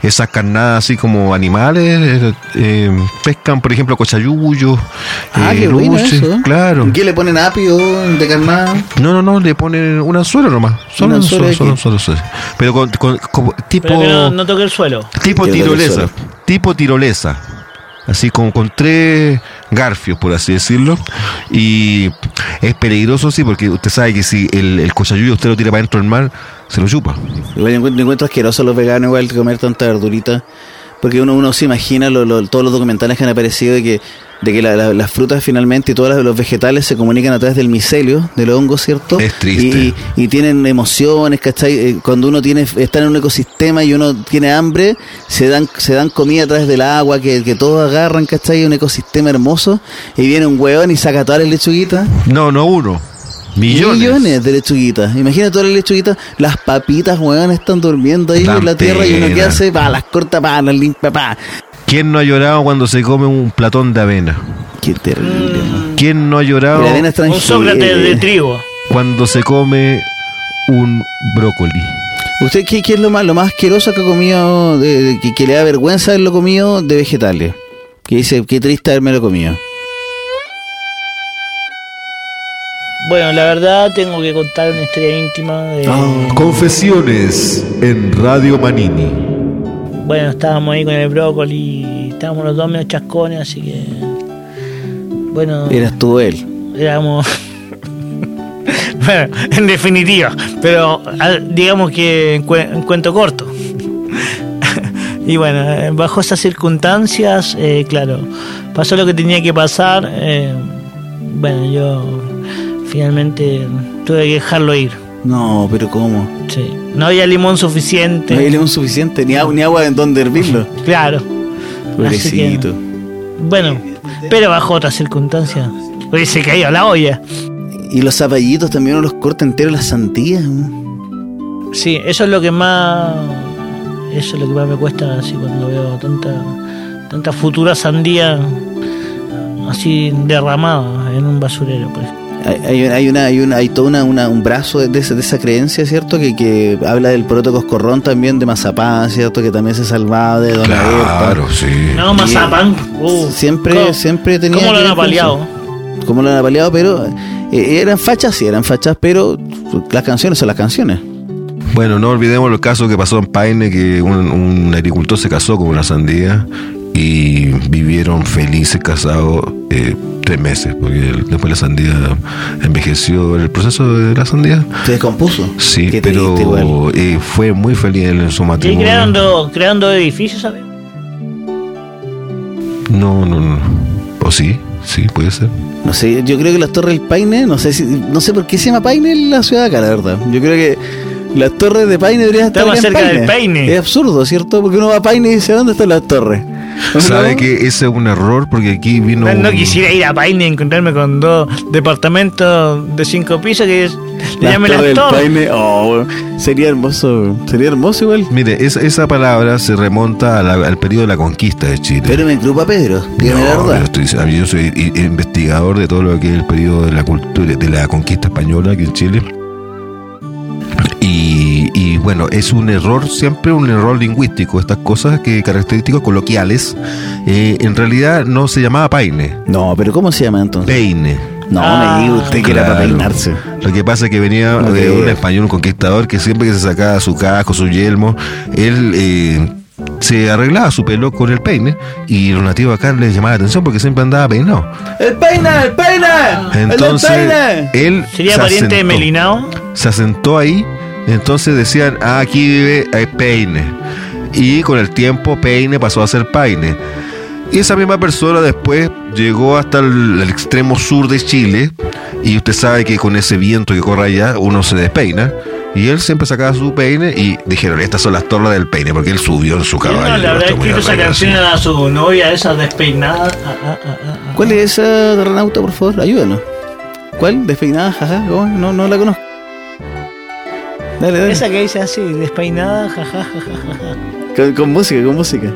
[SPEAKER 2] esas carnadas así como animales, eh, eh, pescan, por ejemplo, cochayullos,
[SPEAKER 1] Ah,
[SPEAKER 2] eh,
[SPEAKER 1] qué bueno
[SPEAKER 2] luces,
[SPEAKER 1] eso.
[SPEAKER 2] claro.
[SPEAKER 1] ¿Qué le ponen apio de carnada?
[SPEAKER 2] No, no, no, le ponen un anzuelo nomás. Solo
[SPEAKER 1] Un
[SPEAKER 2] un
[SPEAKER 1] anzuelo
[SPEAKER 2] anzuelo,
[SPEAKER 1] de
[SPEAKER 2] solo
[SPEAKER 1] qué?
[SPEAKER 2] anzuelo, solo. Pero con, con- como tipo,
[SPEAKER 3] Pero que no, no toque el suelo.
[SPEAKER 2] tipo
[SPEAKER 1] Yo creo que
[SPEAKER 2] tirolesa.
[SPEAKER 1] solo.
[SPEAKER 2] Tipo tirolesa. Así como con tres garfios, por así decirlo. Y es peligroso, sí, porque usted sabe que si el, el cochayuyo usted lo tira para dentro del mar, se lo chupa.
[SPEAKER 1] Igual yo encuentro, yo encuentro asqueroso a los veganos igual comer tanta verdurita. Porque uno, uno se imagina lo- lo- todos los documentales que han aparecido de que, de que la- la- las frutas finalmente y todos las- los vegetales se comunican a través del micelio, del hongo, ¿cierto?
[SPEAKER 2] Es triste.
[SPEAKER 1] Y, y tienen emociones, ¿cachai? Eh, Cuando uno tiene, está en un ecosistema y uno tiene hambre, se dan, se dan comida a través del agua, que, que todos agarran, ¿cachai? Un ecosistema hermoso. Y viene un hueón y saca todas las lechuguitas.
[SPEAKER 2] No, no uno. Millones.
[SPEAKER 1] Millones de lechuguitas. Imagina todas las lechuguitas, las papitas, weón, están durmiendo ahí
[SPEAKER 2] Dan
[SPEAKER 1] en la tierra y uno que
[SPEAKER 2] pena.
[SPEAKER 1] hace, pa, las corta, pa, las limpia, pa.
[SPEAKER 2] ¿Quién no ha llorado cuando se come un platón de avena?
[SPEAKER 1] Qué terrible, weón.
[SPEAKER 2] ¿Quién no ha llorado
[SPEAKER 1] La avena
[SPEAKER 3] Un Sócrates de
[SPEAKER 1] extranjera.
[SPEAKER 3] trigo.
[SPEAKER 2] cuando se come un brócoli?
[SPEAKER 1] ¿Usted qué, qué es lo más, lo más asqueroso que ha comido, de- de- que, que le da vergüenza haberlo comido de vegetales? Que dice, qué triste haberme lo comido.
[SPEAKER 3] Bueno, la verdad tengo que contar una historia íntima. De,
[SPEAKER 2] Ah.
[SPEAKER 6] Confesiones en Radio Manini.
[SPEAKER 3] Bueno, estábamos ahí con el brócoli, estábamos los dos medio chascones, así que... Bueno,
[SPEAKER 1] Eras tú él.
[SPEAKER 3] éramos... [laughs] bueno, en definitiva, pero al- digamos que en, cuen- en cuento corto. [laughs] y bueno, eh, bajo esas circunstancias, eh, claro, pasó lo que tenía que pasar. eh, bueno, yo finalmente tuve que dejarlo ir.
[SPEAKER 1] No, pero ¿cómo?
[SPEAKER 3] Sí. No había limón suficiente.
[SPEAKER 1] No hay limón suficiente, ni agua, ni agua en donde hervirlo.
[SPEAKER 3] Claro. Así que-
[SPEAKER 1] Pobrecito.
[SPEAKER 3] Bueno, pero bajo otras circunstancias. Hubiese caído a la olla.
[SPEAKER 1] Y los zapallitos también uno los corta enteros, las santías. ¿no?
[SPEAKER 3] Sí, eso es lo que más. Eso es lo que más me cuesta así cuando veo tanta, tanta futura sandía así derramada en un basurero. Pues.
[SPEAKER 1] Hay, hay, hay una, hay, una, hay todo una, una- un brazo de, de esa- de esa creencia, ¿cierto? Que, que habla del poroto coscorrón también, de mazapán, ¿cierto? Que también se salvaba de Don
[SPEAKER 2] Claro, sí.
[SPEAKER 3] No, mazapán. Uh,
[SPEAKER 1] Siempre-
[SPEAKER 3] ¿cómo-
[SPEAKER 1] siempre tenía
[SPEAKER 3] ¿Cómo
[SPEAKER 1] que
[SPEAKER 3] lo
[SPEAKER 1] ver
[SPEAKER 3] han
[SPEAKER 1] con
[SPEAKER 3] apaleado?
[SPEAKER 1] Como lo han apaleado, pero eh, eran fachas, sí, eran fachas, pero las canciones son las canciones.
[SPEAKER 2] Bueno, no olvidemos el caso que pasó en Paine, que un, un agricultor se casó con una sandía y vivieron felices casados eh, tres meses, porque el- después la sandía envejeció el proceso de la sandía.
[SPEAKER 1] Se descompuso.
[SPEAKER 2] Sí,
[SPEAKER 1] Qué
[SPEAKER 2] pero
[SPEAKER 1] triste, igual.
[SPEAKER 2] eh, fue muy feliz él en su
[SPEAKER 3] Y
[SPEAKER 2] matrimonio.
[SPEAKER 3] crearon dos, crearon dos edificios, ¿sabes?
[SPEAKER 2] No, no, no. ¿O sí? Sí, puede ser.
[SPEAKER 1] No sé, yo creo que las Torres del Paine, no sé si, no sé por qué se llama Paine en la ciudad de acá, la verdad. Yo creo que las Torres de Paine deberían estar
[SPEAKER 3] Está más
[SPEAKER 1] acá en
[SPEAKER 3] cerca del Paine.
[SPEAKER 1] Es absurdo, ¿cierto? Porque uno va a Paine y dice, ¿dónde están las torres? ¿No?
[SPEAKER 2] ¿Sabe que ese es un error? Porque aquí vino...
[SPEAKER 3] No, no
[SPEAKER 2] un-
[SPEAKER 3] quisiera ir a Paine y encontrarme con dos departamentos de cinco pisos que es, le
[SPEAKER 1] Las Torres
[SPEAKER 3] llamen las
[SPEAKER 1] del
[SPEAKER 3] torres.
[SPEAKER 1] Paine, oh, sería hermoso, sería hermoso igual.
[SPEAKER 2] Mire, esa, esa palabra se remonta a la- al periodo de la conquista de Chile.
[SPEAKER 1] Pero me engrupa Pedro, dígame la
[SPEAKER 2] No,
[SPEAKER 1] verdad.
[SPEAKER 2] yo, estoy diciendo- yo soy i- i- investigador de todo lo que es el periodo de la cultura, de la conquista española aquí en Chile. Y, y bueno, es un error, siempre un error lingüístico. Estas cosas que característicos coloquiales, eh, en realidad no se llamaba paine,
[SPEAKER 1] No, pero ¿cómo se llama entonces?
[SPEAKER 2] peine.
[SPEAKER 1] No,
[SPEAKER 3] Ah.
[SPEAKER 1] me diga usted que era para
[SPEAKER 2] Claro.
[SPEAKER 1] peinarse.
[SPEAKER 2] Lo que pasa es que venía
[SPEAKER 1] Ok.
[SPEAKER 2] de un español un conquistador que siempre que se sacaba su casco, su yelmo, él eh, se arreglaba su pelo con el peine y los nativos acá les llamaba la atención porque siempre andaba peinado.
[SPEAKER 1] ¡El peina, el peina!
[SPEAKER 2] Entonces,
[SPEAKER 1] ¡El peina!
[SPEAKER 2] él
[SPEAKER 3] ¿Sería
[SPEAKER 2] se
[SPEAKER 3] pariente de
[SPEAKER 2] asentó.
[SPEAKER 3] Melinao?
[SPEAKER 2] Se asentó ahí, entonces decían, ah, aquí vive eh, Peine. Y con el tiempo Peine pasó a ser Paine. Y esa misma persona después llegó hasta el, el extremo sur de Chile y usted sabe que con ese viento que corre allá uno se despeina. Y él siempre sacaba su peine y dijeron, estas son las torres del peine, porque él subió en su
[SPEAKER 3] Yo
[SPEAKER 2] caballo.
[SPEAKER 3] no le habrá
[SPEAKER 2] Esto muy
[SPEAKER 3] escrito esa
[SPEAKER 2] arreglado, sí.
[SPEAKER 3] canción a su novia, esa despeinada. Ah, ah, ah, ah, ah.
[SPEAKER 1] ¿Cuál es esa Renauta, por favor? Ayúdanos. ¿Cuál? ¿Despeinada? Jaja, ¿cómo? No, no la conozco. Dale, dale.
[SPEAKER 3] Esa que dice así, despeinada, jajaja.
[SPEAKER 1] Con, con música, con música.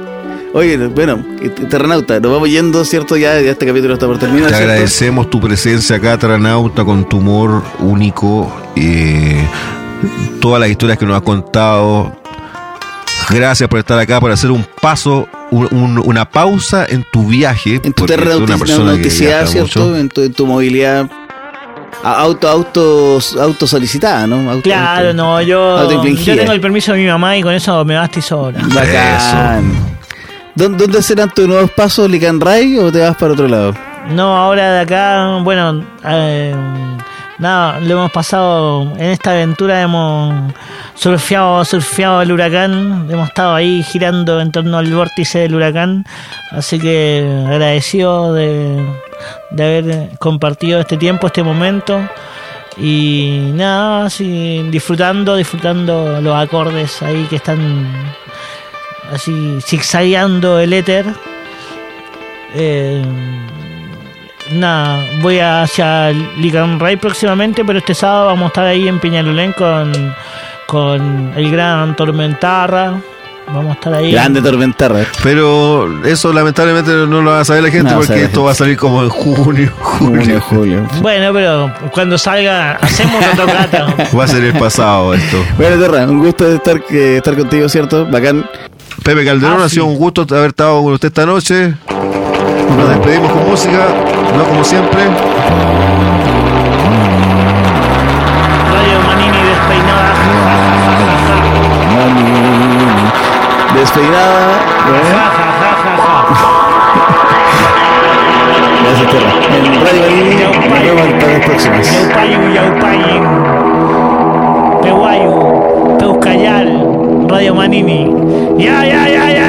[SPEAKER 1] Oye, bueno, Terranauta, nos vamos yendo, ¿cierto? Ya, ya este capítulo está por terminar.
[SPEAKER 2] Te
[SPEAKER 1] ¿cierto?
[SPEAKER 2] agradecemos tu presencia acá, Tranauta, con tu humor único. eh, todas las historias que nos has contado. Gracias por estar acá, por hacer un paso, un- un- una pausa en tu viaje.
[SPEAKER 1] En tu
[SPEAKER 2] porque tú eres una
[SPEAKER 1] terranautis-
[SPEAKER 2] persona que
[SPEAKER 1] nauticidad,
[SPEAKER 2] viaja
[SPEAKER 1] ¿cierto?
[SPEAKER 2] mucho.
[SPEAKER 1] En tu, en tu movilidad a- auto, auto, auto solicitada, ¿no? Auto-
[SPEAKER 3] Claro,
[SPEAKER 1] auto-
[SPEAKER 3] no, yo,
[SPEAKER 1] Autoinfligida.
[SPEAKER 3] yo tengo el permiso de mi mamá y con eso me basta y sobra.
[SPEAKER 1] Bacán. ¿Dó- ¿Dónde serán tus nuevos pasos, Lican Ray, o te vas para otro lado?
[SPEAKER 3] No, ahora de acá, bueno, eh, nada, lo hemos pasado, en esta aventura hemos surfeado, surfeado el huracán, hemos estado ahí girando en torno al vórtice del huracán, así que agradecido de, de haber compartido este tiempo, este momento, y nada, así, disfrutando, disfrutando los acordes ahí que están así zigzagueando el éter. Eh, nada, voy hacia Lican Ray próximamente, pero este sábado vamos a estar ahí en Peñalolén con, con el gran Tormentarra. Vamos a estar ahí.
[SPEAKER 1] Grande tormentarra.
[SPEAKER 2] Pero eso lamentablemente no lo va a saber la gente
[SPEAKER 1] No,
[SPEAKER 2] porque
[SPEAKER 1] sabe la
[SPEAKER 2] esto va a salir como en junio, [laughs]
[SPEAKER 1] Junio,
[SPEAKER 2] julio.
[SPEAKER 1] julio.
[SPEAKER 3] Bueno, pero cuando salga, hacemos una tocata.
[SPEAKER 2] Va a ser el pasado esto.
[SPEAKER 1] Bueno, Terra, un gusto de estar, que- estar contigo, ¿cierto? Bacán.
[SPEAKER 2] Pepe Calderón,
[SPEAKER 3] Ah,
[SPEAKER 2] ha
[SPEAKER 3] sí.
[SPEAKER 2] sido un gusto haber estado con usted esta noche. Nos despedimos con música, no como siempre.
[SPEAKER 3] [laughs] Radio Manini despeinada.
[SPEAKER 1] Despedida. Bueno, gracias, Terra. En Radio Manini, nos vemos para las próximas.
[SPEAKER 3] Yaupayu, Yaupayu. Pehuayu, Peucayal, Radio Manini. Ya, ya, ya, ya,